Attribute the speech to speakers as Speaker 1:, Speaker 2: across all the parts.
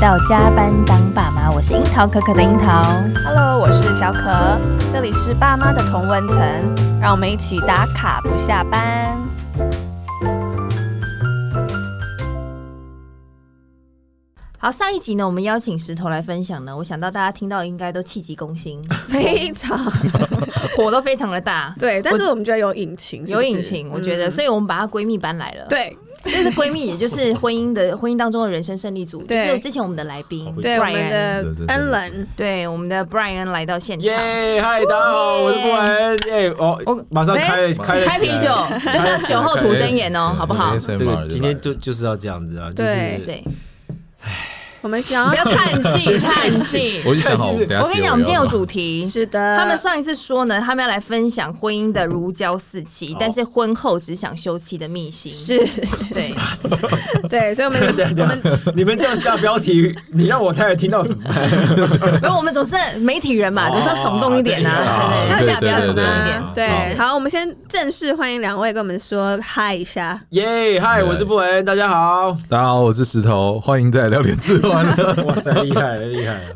Speaker 1: 到加班当爸妈，我是樱桃可可的樱桃。
Speaker 2: Hello，我是小可，这里是爸妈的同文层，让我们一起打卡不下班。
Speaker 3: 好，上一集呢，我们邀请石头来分享呢，我想到大家听到应该都气急攻心，
Speaker 2: 非常
Speaker 3: 火都非常的大，
Speaker 4: 对，但是我们觉得有隐情是
Speaker 3: 有
Speaker 4: 不是
Speaker 3: 隐情，我觉得，
Speaker 4: 嗯
Speaker 3: 所以我们把她闺蜜搬来了。，
Speaker 4: 对
Speaker 3: 这是闺蜜，也就是婚姻的婚姻当中的人生胜利组，就
Speaker 4: 对
Speaker 3: 是之前我们的来宾
Speaker 5: 好会
Speaker 4: 对，我
Speaker 3: Brian，
Speaker 4: 们
Speaker 5: 对
Speaker 4: 的
Speaker 5: 对对
Speaker 4: 恩人
Speaker 3: 对我们的 Brian 来到现场。
Speaker 5: 耶！嗨，大家好，我是布莱恩。耶，哦，
Speaker 3: 我
Speaker 5: 马上开了开了
Speaker 3: 开啤酒就是要酒后吐真言哦，好不好？
Speaker 5: 这个今天就就是要这样子啊，就是
Speaker 4: 对
Speaker 3: 对，
Speaker 4: 我们想
Speaker 3: 不要
Speaker 4: 要
Speaker 3: 叹气，叹气。
Speaker 6: 我已经想好，我们等一下
Speaker 3: 我跟你讲，我们今天有主题，
Speaker 4: 是的，
Speaker 3: 他们上一次说呢，他们要来分享婚姻的如胶似漆，但是婚后只想休妻的秘辛。
Speaker 4: 是，
Speaker 3: 对，
Speaker 4: 对，所以我们
Speaker 5: 对对对，你们这样下标题，你让我太太听到怎么办？
Speaker 3: 没有，我们总是媒体人嘛，
Speaker 5: 哦
Speaker 3: 总是要耸动一点呐、
Speaker 4: 啊
Speaker 5: 哦
Speaker 3: 对不对？
Speaker 6: 对
Speaker 3: 下标耸动一点。
Speaker 6: 好
Speaker 4: 对，
Speaker 6: 好
Speaker 4: 好，我们先正式欢迎两位跟我们说嗨一下，
Speaker 5: 耶！嗨，我是布莱恩，大家好。
Speaker 6: 大家好，我是石头，欢迎再来聊点自欢了。
Speaker 5: 哇塞，厉害了，厉害了！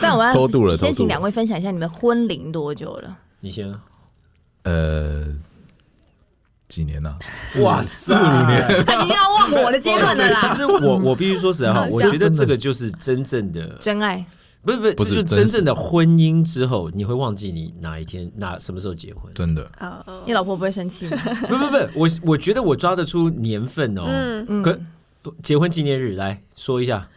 Speaker 3: 但我要
Speaker 6: 偷渡了
Speaker 3: 先
Speaker 6: 偷渡
Speaker 3: 请
Speaker 6: 了
Speaker 3: 两位分享一下你们婚龄多久了？
Speaker 5: 你先。
Speaker 6: 呃，几年呐、
Speaker 5: 哇塞，四五年。
Speaker 3: 他已经哎要忘我的阶段了
Speaker 5: 其
Speaker 3: 啦。
Speaker 5: 实我我必须说实在话，我觉得这个就是真正的，
Speaker 3: 真爱，
Speaker 5: 不是不是，这
Speaker 6: 不
Speaker 5: 就是是真正的婚姻之后，你会忘记你哪一天哪什么时候结婚。
Speaker 6: 真的，
Speaker 4: 哦，
Speaker 3: 你老婆不会生气吗？
Speaker 5: 不不不，我我觉得我抓得出年份哦。
Speaker 4: 嗯，
Speaker 3: 嗯，
Speaker 5: 可结婚纪念日来说一下，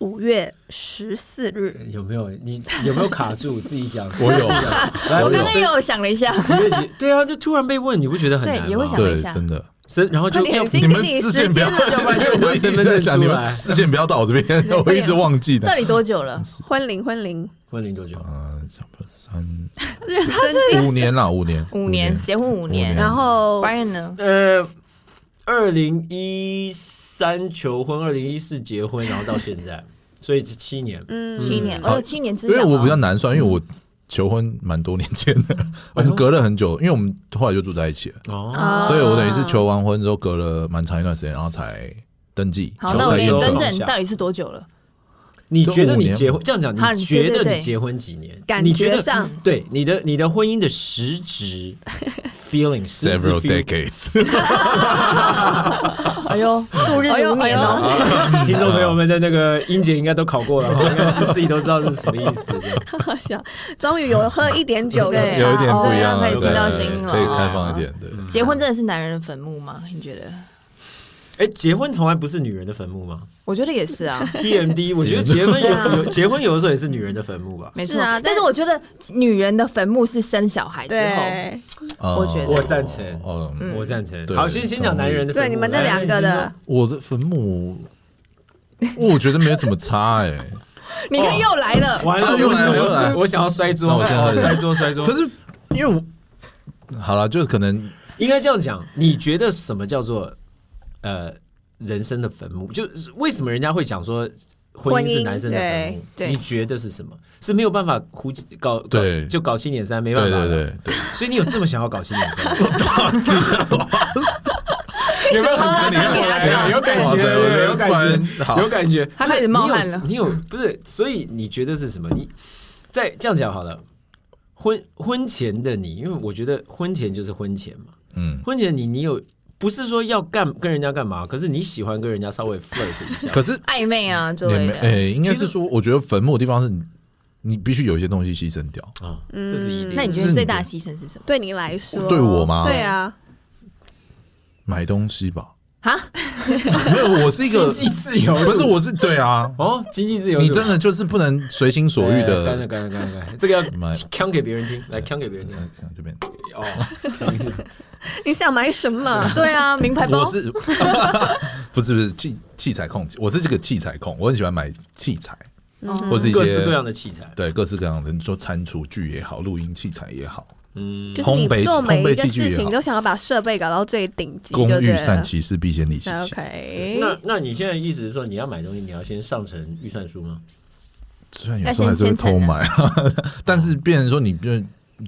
Speaker 4: 五月十四日，
Speaker 5: 有没有你有没有卡住？自己讲，
Speaker 6: 我有，
Speaker 5: 来，
Speaker 3: 我
Speaker 5: 我
Speaker 3: 刚
Speaker 5: 有
Speaker 3: 刚也有想了一 下，
Speaker 5: 几月几？对啊，就突然被问，你不觉得很难吗？
Speaker 3: 对也会想
Speaker 6: 对
Speaker 3: 一下，
Speaker 6: 真的。
Speaker 5: 身，然后就哎
Speaker 4: 快点
Speaker 5: 要
Speaker 4: 已经
Speaker 6: 你们
Speaker 4: 给你
Speaker 6: 视线
Speaker 4: 时
Speaker 6: 不
Speaker 4: 间
Speaker 6: 要，
Speaker 4: 了，
Speaker 5: 要不然就拿身份证
Speaker 6: 讲，
Speaker 5: 出
Speaker 6: 你
Speaker 5: 来
Speaker 6: 们。视线不要到我这边，我一直忘记的
Speaker 3: 到。底多久了？
Speaker 4: 婚龄婚龄，
Speaker 5: 婚龄多久？
Speaker 6: 嗯，差不多三
Speaker 4: 真
Speaker 6: 五年 啦，五年，
Speaker 3: 五年，结婚五年。
Speaker 6: 五年
Speaker 3: 然
Speaker 4: 然
Speaker 3: 后
Speaker 4: 后
Speaker 3: Brian 呢？
Speaker 5: 呃，二零一三求婚，二零一四结婚，然后到现 在，所以是七年。
Speaker 4: 嗯，
Speaker 3: 七年，
Speaker 6: 好
Speaker 3: 哦，七年之
Speaker 6: 因为我比较
Speaker 3: 痒啊
Speaker 6: 难算，因为我求婚蛮多年前的，
Speaker 3: 哦
Speaker 6: 我们隔了很久，因为我们后来就住在一起了，
Speaker 5: 哦，
Speaker 4: 啊
Speaker 6: 所以我等于是求完婚之后隔了蛮长一段时间，然后才登记。
Speaker 3: 好，
Speaker 5: 小
Speaker 3: 那我
Speaker 5: 菜
Speaker 3: 给你
Speaker 5: 叶
Speaker 3: 更正，
Speaker 5: 子
Speaker 3: 到底是多久了？
Speaker 5: 你觉得
Speaker 6: 这五
Speaker 5: 你
Speaker 6: 年
Speaker 5: 结婚这样讲，
Speaker 3: 好
Speaker 5: 你
Speaker 3: 你
Speaker 5: 觉
Speaker 3: 啊对对
Speaker 5: 得
Speaker 3: 对
Speaker 5: 你结婚几年？
Speaker 4: 感
Speaker 5: 你觉
Speaker 4: 觉
Speaker 5: 得
Speaker 4: 上
Speaker 5: 对你的你的婚姻的实质 feeling 实质
Speaker 6: Several
Speaker 5: feel-
Speaker 6: decades。
Speaker 3: 哎呦， 度日
Speaker 4: 哎呦
Speaker 3: 如年
Speaker 4: 哎
Speaker 3: 哦。
Speaker 5: 听众朋友们的那个音节应该都考过了， 应该是自己都知道是什么意思。这样
Speaker 4: 好笑，终于有喝一点酒了，
Speaker 3: 对
Speaker 6: 有一点不一样
Speaker 3: 哦可
Speaker 6: 了，
Speaker 3: 以
Speaker 6: 对
Speaker 3: 听到
Speaker 6: 对
Speaker 3: 声音了
Speaker 6: 可以开放一点，对。
Speaker 5: 嗯
Speaker 3: 结婚真的是男人的坟墓吗？你觉得？
Speaker 5: 哎，结婚从来不是女人的坟墓吗
Speaker 3: 我觉得也是 啊。
Speaker 5: ？TMD，我觉得结婚有有结婚有的时候也是女人的坟墓 吧。
Speaker 3: 没错，
Speaker 4: 是啊
Speaker 3: 但是我觉得女人的坟墓是生小孩之后，
Speaker 4: 对，
Speaker 6: 哦
Speaker 3: 我觉得嗯
Speaker 5: 我赞成
Speaker 6: 哦，
Speaker 5: 我赞成。
Speaker 6: 对
Speaker 5: 好，先先讲男人的坟墓。
Speaker 4: 对，你们这两个的，
Speaker 6: 我的坟墓，我觉得没怎么差哎。
Speaker 3: 你看又来了
Speaker 5: 来，哦完
Speaker 6: 啊
Speaker 5: 了，
Speaker 6: 又
Speaker 5: 我
Speaker 6: 来
Speaker 5: 想
Speaker 6: 了又来
Speaker 5: 要
Speaker 6: 了
Speaker 5: 我想要摔桌，
Speaker 6: 那我先喝
Speaker 5: 哦
Speaker 6: 一下
Speaker 5: 摔桌摔桌
Speaker 6: 可。是因为我好了，就是可能
Speaker 5: 应该这样讲，你觉得什么叫做呃人生的坟墓？就是为什么人家会讲说婚
Speaker 4: 婚
Speaker 5: 姻
Speaker 4: 姻
Speaker 5: 是男生的坟墓？
Speaker 3: 对对
Speaker 5: 你觉得是什么？是没有办法胡搞搞
Speaker 6: 对
Speaker 5: 就搞七年三，没办
Speaker 6: 对
Speaker 5: 法。
Speaker 6: 对对对，
Speaker 5: 所以你有这么想要搞七年三？
Speaker 6: 有没有很
Speaker 3: 先给他 跳
Speaker 5: 有感觉，有感觉，
Speaker 6: 好
Speaker 5: 有，感觉，
Speaker 3: 他开始冒汗了
Speaker 5: 你有你有不是？所以你觉得是什么？你再这样讲好了。婚婚前的你，因为我觉得婚前就是婚前嘛，
Speaker 6: 嗯。
Speaker 5: 婚前你你有不是说要干跟人家干嘛，可是你喜欢跟人家稍微 flirt 一下。
Speaker 6: 可是
Speaker 3: 暧昧啊之
Speaker 6: 你
Speaker 3: 类
Speaker 6: 没
Speaker 3: 的。
Speaker 5: 哎
Speaker 6: 诶，应该是说，我觉得坟墓的地方是你你必须有一些东西牺牲掉。
Speaker 5: 啊，这是一定的。
Speaker 3: 那你觉得最大的牺牲是什么？
Speaker 4: 对你来说，
Speaker 6: 对我吗
Speaker 4: 对啊，
Speaker 6: 买东西吧，
Speaker 3: 啊，
Speaker 6: 没有，我是 一个
Speaker 5: 经济自由
Speaker 6: 不是，我是对啊，
Speaker 5: 哦，经济自由度，
Speaker 6: 你真的就是不能随心所欲
Speaker 5: 哎干了
Speaker 6: 的
Speaker 5: 干了干了干 了，这个要
Speaker 6: 买。
Speaker 5: 扛给别人听，来扛给别人听。
Speaker 6: 嗯这边
Speaker 5: 哦，
Speaker 4: 你想买什么？
Speaker 3: 对啊，名牌包
Speaker 6: 我。是 不是不是器器材控，我是这个器材控，我很喜欢买器材，
Speaker 3: 嗯
Speaker 6: 或是一些
Speaker 5: 各式各样的器材，
Speaker 6: 对各式各样的，你说餐厨具也好，录音器材也好，
Speaker 5: 嗯，
Speaker 4: 就是你
Speaker 6: 烘焙
Speaker 4: 做每一
Speaker 6: 烘焙
Speaker 4: 个
Speaker 6: 器具
Speaker 4: 事
Speaker 6: 也
Speaker 4: 情
Speaker 6: 好
Speaker 4: 都想要把设备搞到最顶级，
Speaker 6: 工
Speaker 4: 就对
Speaker 6: 欲
Speaker 4: 了
Speaker 6: 善其事，必先利其器。
Speaker 4: OK，
Speaker 5: 那那你现在意思是说，你要买东西，你要先上成预算书吗？
Speaker 6: 虽然有时候还是会偷买，啊但是变成说你就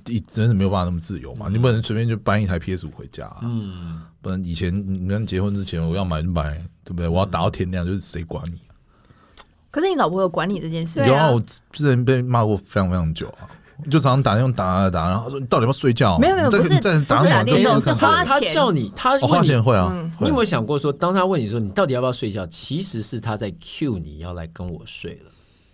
Speaker 6: 你真的没有办法那么自由嘛，你不能随便就搬一台 PS 五回家、啊。
Speaker 5: 嗯，
Speaker 6: 不然以前你们结婚之前，我要买就买，对不对？我要打到天亮，就是谁管你啊、
Speaker 3: 可是你老婆有管你这件事
Speaker 4: 对啊
Speaker 6: 有啊，我之前被骂过非常非常久啊，就常常打电话打啊打，然后她说你到底要不要睡觉啊？
Speaker 3: 没有没有
Speaker 6: 再
Speaker 3: 不是
Speaker 6: 再打
Speaker 3: 不是打
Speaker 6: 你就
Speaker 3: 电动
Speaker 6: 试试
Speaker 3: 是花
Speaker 6: 看
Speaker 5: 他
Speaker 3: 钱
Speaker 5: 叫你，他
Speaker 6: 哦花
Speaker 5: 问你
Speaker 6: 钱，会啊，
Speaker 3: 嗯
Speaker 5: 你
Speaker 6: 会
Speaker 5: 有没有想过说，当他问你说你到底要不要睡觉，其实是他在 cue 你要来跟我睡了。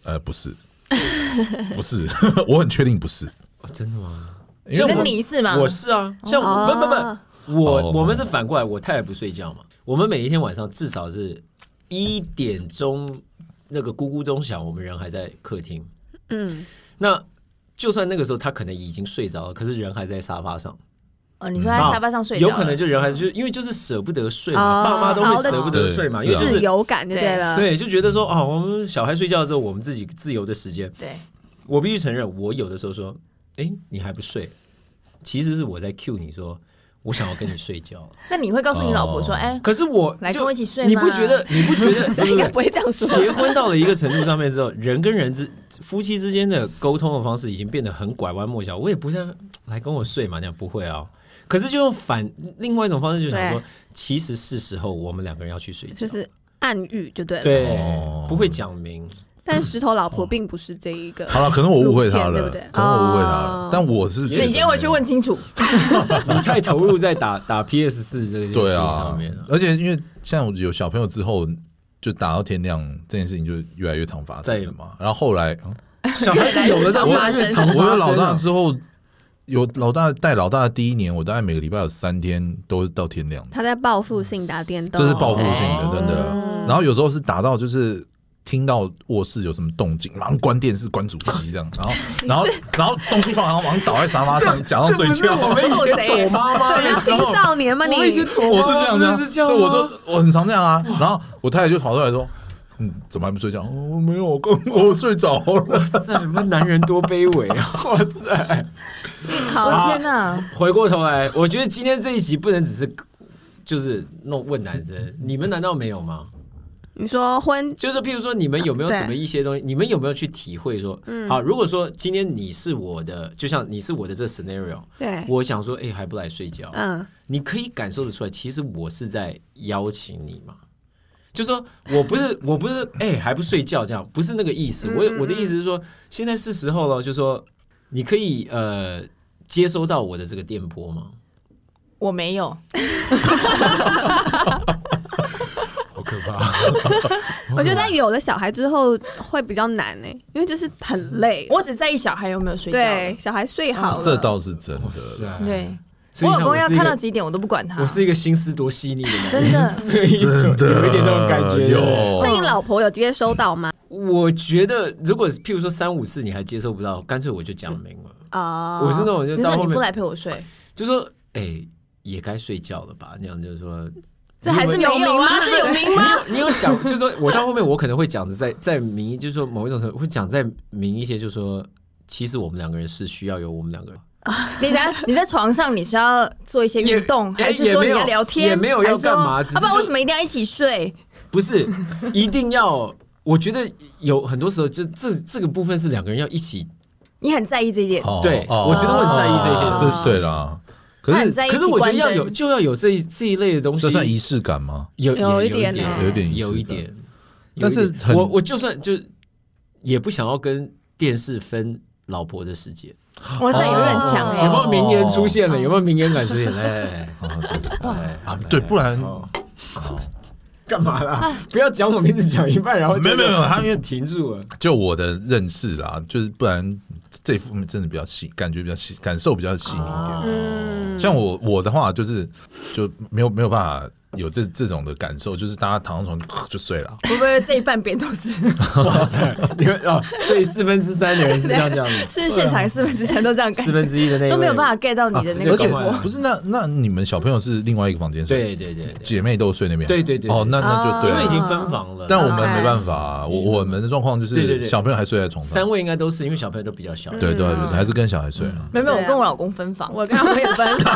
Speaker 6: 呃不是 不是， 我很确定不是，
Speaker 5: 哦，真的吗？
Speaker 6: 因为
Speaker 5: 像我
Speaker 3: 跟你是吗？哦
Speaker 5: 我是啊，像
Speaker 4: 哦
Speaker 5: 我不不不，
Speaker 6: 哦
Speaker 5: 我我们是反过来，我太太不睡觉嘛，我们每一天晚上至少是一点钟，那个咕咕钟响，我们人还在客厅。
Speaker 4: 嗯，
Speaker 5: 那就算那个时候他可能已经睡着了，可是人还在沙发上，
Speaker 3: 哦，你说在沙发上睡着
Speaker 5: 有
Speaker 3: 了，
Speaker 5: 可能就人还是就因为就是舍不得睡嘛，
Speaker 4: 哦
Speaker 5: 爸妈都
Speaker 4: 熬
Speaker 5: 会
Speaker 4: 得
Speaker 5: 舍不得睡嘛，
Speaker 6: 对
Speaker 5: 因为就是
Speaker 4: 自
Speaker 5: 是
Speaker 4: 由感就啊对了。
Speaker 5: 对，就觉得说哦，我们小孩睡觉的时候，我们自己自由的时间。
Speaker 3: 对，
Speaker 5: 我必须承认，我有的时候说，哎、你还不睡，其实是我在 cue 你说，我想要跟你睡觉。
Speaker 3: 那你会告诉你老婆说，
Speaker 6: 哦
Speaker 3: 哎，
Speaker 5: 可是我
Speaker 3: 来
Speaker 5: 就
Speaker 3: 跟我一起睡吗
Speaker 5: 你不觉得？你不觉得？对
Speaker 4: 应该
Speaker 5: 对
Speaker 4: 不会这样说。
Speaker 5: 结婚到了一个程度上面之后，人跟人之夫妻之间的沟通的方式已经变得很拐弯抹角。我也不像来跟我睡嘛，那样不会啊、可是就用反另外一种方式，就想说，其实是时候我们两个人要去睡觉，
Speaker 4: 就是暗喻就对了。
Speaker 5: 对，
Speaker 6: 哦
Speaker 5: 不会讲明。
Speaker 4: 但石头老婆并不是这一个。
Speaker 6: 好了，可能我误会他
Speaker 4: 路线对
Speaker 6: 了，
Speaker 4: 不对
Speaker 6: 可能我误会他了
Speaker 4: 哦，
Speaker 6: 但我是
Speaker 5: 你
Speaker 3: 你今天回去问清楚。
Speaker 5: 你太投入在打 打 PS 四这个事情
Speaker 6: 对啊
Speaker 5: 上面 了，，
Speaker 6: 而且因为现在我有小朋友之后，就打到天亮这件事情就越来越常发生了嘛。然后后来，嗯
Speaker 5: 小孩子有了这
Speaker 3: 越来越常
Speaker 6: 我有老大之后，有老大带老大的第一年，我大概每个礼拜有三天都是到天亮的，
Speaker 4: 他在报复性打电动，
Speaker 6: 这是报复性的，
Speaker 3: 哦
Speaker 6: 真的。然后有时候是打到就是。听到卧室有什么动静，马上关电视、关主机这样，然后，然后，然后东西放好，然后马上倒在沙发上，假装睡
Speaker 5: 这
Speaker 6: 觉。
Speaker 5: 不是 我们以前躲妈妈
Speaker 4: 对
Speaker 5: 的时
Speaker 4: 青
Speaker 5: 候，
Speaker 4: 少年嘛，你
Speaker 5: 我以前 躲
Speaker 6: 我
Speaker 5: 妈
Speaker 6: 是这
Speaker 5: 妈
Speaker 6: 样
Speaker 5: 不
Speaker 6: 的啊，
Speaker 5: 是这样吗
Speaker 6: 对我都我很常这样啊。然后我太太就跑出来说：“嗯，怎么还不睡觉？”哦我、没有，我刚 我睡着了。
Speaker 5: 哇塞，那男人多卑微啊！哇塞，
Speaker 3: 我
Speaker 4: 好
Speaker 3: 的
Speaker 5: 啊
Speaker 3: 天哪，
Speaker 5: 回过头来，我觉得今天这一集不能只是就是弄问男生，你们难道没有吗？
Speaker 4: 你说婚
Speaker 5: 就是譬如说，你们有没有
Speaker 4: 对
Speaker 5: 什么一些东西？你们有没有去体会说，好，如果说今天你是我的，就像你是我的这 scenario，
Speaker 4: 对，
Speaker 5: 我想说，哎，还不来睡觉？
Speaker 4: 嗯，
Speaker 5: 你可以感受得出来，其实我是在邀请你嘛。就说我不是 我不是哎、还不睡觉这样，不是那个意思。
Speaker 3: 嗯
Speaker 5: 我我的意思是说，现在是时候了，就说你可以呃接收到我的这个电波吗？
Speaker 3: 我没有，
Speaker 6: 好可怕！
Speaker 4: 我觉得有了小孩之后会比较难呢，因为就是很累，
Speaker 3: 我只在意小孩有没有睡觉。
Speaker 4: 对，小孩睡好
Speaker 6: 这
Speaker 4: 了，
Speaker 6: 倒是真的。
Speaker 5: 啊
Speaker 3: 对，
Speaker 5: 所
Speaker 3: 我老
Speaker 5: 以你看
Speaker 3: 公
Speaker 5: 我
Speaker 3: 要
Speaker 5: 是一
Speaker 3: 看到
Speaker 5: 个
Speaker 3: 几点我都不管他。
Speaker 5: 我是一个心思多细腻的男人，
Speaker 3: 真的
Speaker 5: 所以说有一点那种感觉。对不对
Speaker 6: 有
Speaker 4: 那你老婆有接收到吗？
Speaker 5: 我觉得如果譬如说三五次你还接受不到，干脆我就讲明了。
Speaker 4: 啊，
Speaker 5: 我是那种就
Speaker 3: 你
Speaker 5: 到
Speaker 3: 说
Speaker 5: 后
Speaker 3: 你
Speaker 5: 面
Speaker 3: 不来陪我睡，
Speaker 5: 就说哎、也该睡觉了吧，那样就是说
Speaker 3: 这还 是没
Speaker 4: 有
Speaker 3: 有
Speaker 4: 名
Speaker 3: 吗？
Speaker 4: 吗
Speaker 3: 这有名吗？
Speaker 5: 你有想，就是说我到后面我可能会讲的 再再明一，就是说某一种程度会讲再明一些，就是说其实我们两个人是需要有我们两个人，
Speaker 3: 你在你在床上你是要做一些运动，
Speaker 5: 也
Speaker 3: 还是说你
Speaker 5: 也没有
Speaker 3: 要聊天，
Speaker 5: 也没有要干嘛
Speaker 3: 还
Speaker 5: 只
Speaker 3: 是说啊
Speaker 5: 是
Speaker 3: 不然
Speaker 5: 就
Speaker 3: 为什么一定要一起睡？
Speaker 5: 不是一定要。我觉得有很多时候就这这个部分是两个人要一起，
Speaker 3: 你很在意这一点，
Speaker 6: 哦
Speaker 5: 对
Speaker 6: 哦
Speaker 5: 我觉得我很在意这些
Speaker 6: 哦这是对啦。可
Speaker 3: 他很
Speaker 6: 是
Speaker 3: 在意
Speaker 5: 可
Speaker 3: 一
Speaker 5: 是
Speaker 3: 起
Speaker 5: 我觉得
Speaker 3: 关
Speaker 5: 要有
Speaker 3: 灯。
Speaker 5: 就要有这一这一类的东西
Speaker 6: 这，算仪式感吗？
Speaker 5: 有
Speaker 4: 有
Speaker 5: 一
Speaker 4: 一点
Speaker 5: 点
Speaker 4: 啊
Speaker 5: 有
Speaker 6: 有点仪式
Speaker 5: 有
Speaker 6: 感
Speaker 5: 一点，
Speaker 6: 但是
Speaker 5: 有一点
Speaker 6: 很
Speaker 5: 我我就算就也不想要跟电视分老婆的时间，
Speaker 3: 哇塞，有点强
Speaker 5: 有没
Speaker 3: 哎！
Speaker 5: 有名言出现了？有没有名言敢出现？哎来来来。
Speaker 6: 啊对
Speaker 5: 啊
Speaker 6: 啊，对，不然
Speaker 5: 干嘛啦？不要讲我名字讲一半，然后就
Speaker 6: 没有没有没有他因为
Speaker 5: 停住了。
Speaker 6: 就我的认识啦，就是不然这方面真的比较细，感觉比较细，感受比较细腻一点。
Speaker 4: 嗯，
Speaker 6: 像我我的话就是就没有没有办法有这这种的感受，就是大家躺上 床就睡了。
Speaker 3: 会不会这一半边都 是？
Speaker 5: 哇塞，你们哦，所以四分之三的人是像这样子，
Speaker 3: 是现场四分之三都这样感
Speaker 5: 四
Speaker 3: 觉，
Speaker 5: 分之一的那一位
Speaker 3: 都没有办法 get 到 你的那
Speaker 5: 啊
Speaker 3: 个
Speaker 6: 而且
Speaker 5: 对
Speaker 3: 点
Speaker 5: 干嘛
Speaker 3: 播。
Speaker 6: 不是那那你们小朋友是另外一个房间睡，
Speaker 5: 对对对对，
Speaker 6: 姐妹都睡那边，
Speaker 5: 对对对
Speaker 6: 哦，那那就对
Speaker 5: 因为已
Speaker 6: 了。
Speaker 5: 经分房了。
Speaker 6: 但我们
Speaker 4: OK
Speaker 6: 没办法啊，我我们的状况就
Speaker 5: 对对
Speaker 6: 是
Speaker 5: 对
Speaker 6: 小朋友还睡在床上
Speaker 5: 三，位应该都是因为小朋友都比较小，
Speaker 3: 嗯
Speaker 6: 对对对，还是跟小孩睡啊。
Speaker 3: 没有没有，
Speaker 4: 对啊
Speaker 3: 我跟我老公分房，
Speaker 4: 我跟我也分手，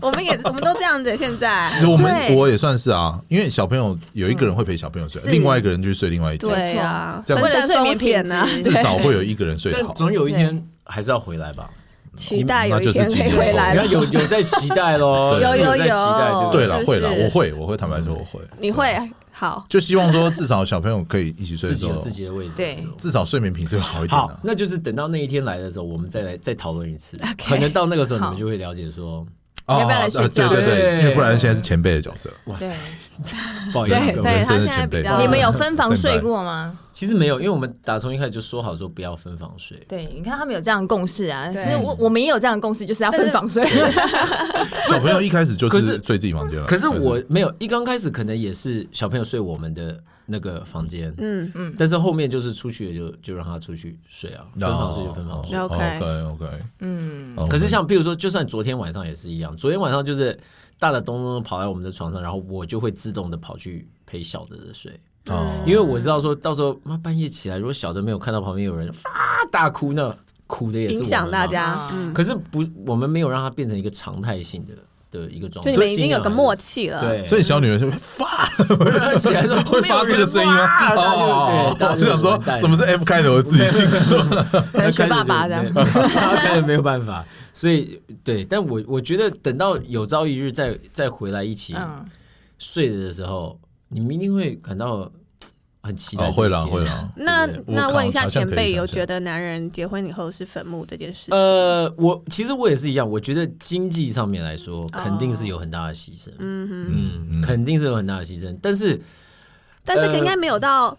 Speaker 4: 我们也我们都这样子，现在
Speaker 6: 其实我们
Speaker 3: 对
Speaker 6: 我也算是啊，因为小朋友有一个人会陪小朋友睡，
Speaker 3: 是
Speaker 6: 另外一个人就去睡另外一间，
Speaker 4: 对啊，
Speaker 6: 这样
Speaker 3: 为了睡眠品
Speaker 4: 呢，
Speaker 3: 质
Speaker 6: 至少会有一个人睡
Speaker 5: 但
Speaker 6: 好。
Speaker 5: 总有一天还是要回来吧。
Speaker 4: 期待有一
Speaker 6: 那
Speaker 4: 天可
Speaker 6: 就是几
Speaker 4: 以
Speaker 6: 年
Speaker 4: 回
Speaker 6: 后
Speaker 4: 来
Speaker 5: 你
Speaker 4: 了
Speaker 5: 看。有有在期待喽，
Speaker 6: 对
Speaker 5: 是
Speaker 4: 有有
Speaker 5: 在期待，
Speaker 6: 对
Speaker 5: 了
Speaker 6: 了，
Speaker 4: 是，不
Speaker 6: 会了，
Speaker 4: 是
Speaker 6: 我会，我会坦白说我会，
Speaker 3: 嗯
Speaker 4: 你会好，
Speaker 6: 就希望说至少小朋友可以一起睡
Speaker 5: 自
Speaker 6: 之
Speaker 5: 己有
Speaker 6: 后，
Speaker 5: 自己的位置，
Speaker 3: 对
Speaker 5: 是吧
Speaker 6: 至少睡眠品质会好一点
Speaker 5: 好
Speaker 6: 啊，。
Speaker 5: 那就是等到那一天来的时候，我们再来再讨论一次。可能到那个时候，你们就会了解说，
Speaker 6: 哦
Speaker 3: 要不要来
Speaker 6: 哦
Speaker 3: 睡觉
Speaker 6: 对对
Speaker 5: 对
Speaker 6: 对，因为不然现在是前辈的角色，
Speaker 5: 哇塞
Speaker 3: 对，
Speaker 5: 不好意思
Speaker 4: 对，
Speaker 5: 各
Speaker 4: 所
Speaker 5: 位，
Speaker 4: 以
Speaker 6: 人
Speaker 4: 他
Speaker 6: 生
Speaker 4: 现
Speaker 6: 的
Speaker 4: 在
Speaker 6: 前辈
Speaker 4: 比较
Speaker 3: 你们有分房
Speaker 6: 三
Speaker 3: 睡
Speaker 6: 拜
Speaker 3: 过吗？
Speaker 5: 其实没有，因为我们打从一开始就说好说不要分房睡。
Speaker 3: 对，你看他们有这样的共识啊，其
Speaker 4: 对
Speaker 3: 实我我们也有这样的共识，就是要分房睡。
Speaker 6: 小朋友一开始就
Speaker 5: 可
Speaker 6: 是
Speaker 5: 是
Speaker 6: 睡自己房间了。
Speaker 5: 可是我没有一刚开始，可能也是小朋友睡我们的那个房间，
Speaker 4: 嗯，
Speaker 5: 但是后面就是出去了就就让他出去睡啊，
Speaker 6: 哦
Speaker 5: 分房睡就分房睡。
Speaker 4: 哦 OK
Speaker 6: OK OK，
Speaker 3: 嗯，
Speaker 4: 哦
Speaker 5: 可是像譬如说，就算昨天晚上也是一样，昨天晚上就是大的咚咚咚跑来我们的床上，然后我就会自动的跑去陪小的睡，
Speaker 6: 哦
Speaker 3: 嗯
Speaker 5: 因为我知道说到时候妈半夜起来，如果小的没有看到旁边有人啊大哭呢，哭的也
Speaker 6: 啊
Speaker 5: 是我
Speaker 4: 影
Speaker 5: 们
Speaker 4: 响大
Speaker 5: 嘛。
Speaker 4: 家，嗯，
Speaker 5: 可是不，我们没有让它变成一个常态性的的一个状
Speaker 4: 就
Speaker 5: 态，
Speaker 4: 你们已经有个默
Speaker 5: 契。
Speaker 4: 契了，
Speaker 5: 对，
Speaker 6: 所以小女儿就会
Speaker 5: 起来都
Speaker 6: 会发这个声音吗？
Speaker 5: 啊，
Speaker 6: 哦，
Speaker 5: 大家
Speaker 6: 我
Speaker 5: 就对，
Speaker 6: 想说
Speaker 5: 大家就完蛋了
Speaker 6: 怎么是 F 开头的自己去
Speaker 3: 可能学爸爸这
Speaker 5: 的
Speaker 3: 样，，
Speaker 5: 开始没有办法，所以对，但我我觉得等到有朝一日再再回来一起
Speaker 3: 嗯，
Speaker 5: 睡着的时候，你们一定会感到很期待。
Speaker 6: 哦，会啦会。啦，
Speaker 4: 那
Speaker 5: 对
Speaker 6: 我
Speaker 4: 那
Speaker 6: 靠
Speaker 4: 问一下
Speaker 6: 好像
Speaker 4: 前
Speaker 6: 可以
Speaker 4: 辈，
Speaker 6: 想
Speaker 4: 有
Speaker 6: 象
Speaker 4: 觉得男人结婚以后是坟墓这件事情？
Speaker 5: 呃，我其实我也是一样，我觉得经济上面来说，肯定是有很大的牺牲，
Speaker 4: 嗯哼，
Speaker 5: 嗯，肯定是有很大的牺牲。但是，
Speaker 4: 但这个
Speaker 5: 呃
Speaker 4: 应该没有到，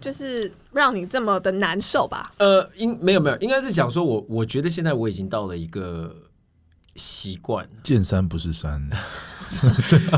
Speaker 4: 就是让你这么的难受吧？
Speaker 5: 呃，应没有没有，应该是讲说我，我觉得现在我已经到了一个习惯，
Speaker 6: 见山不是山，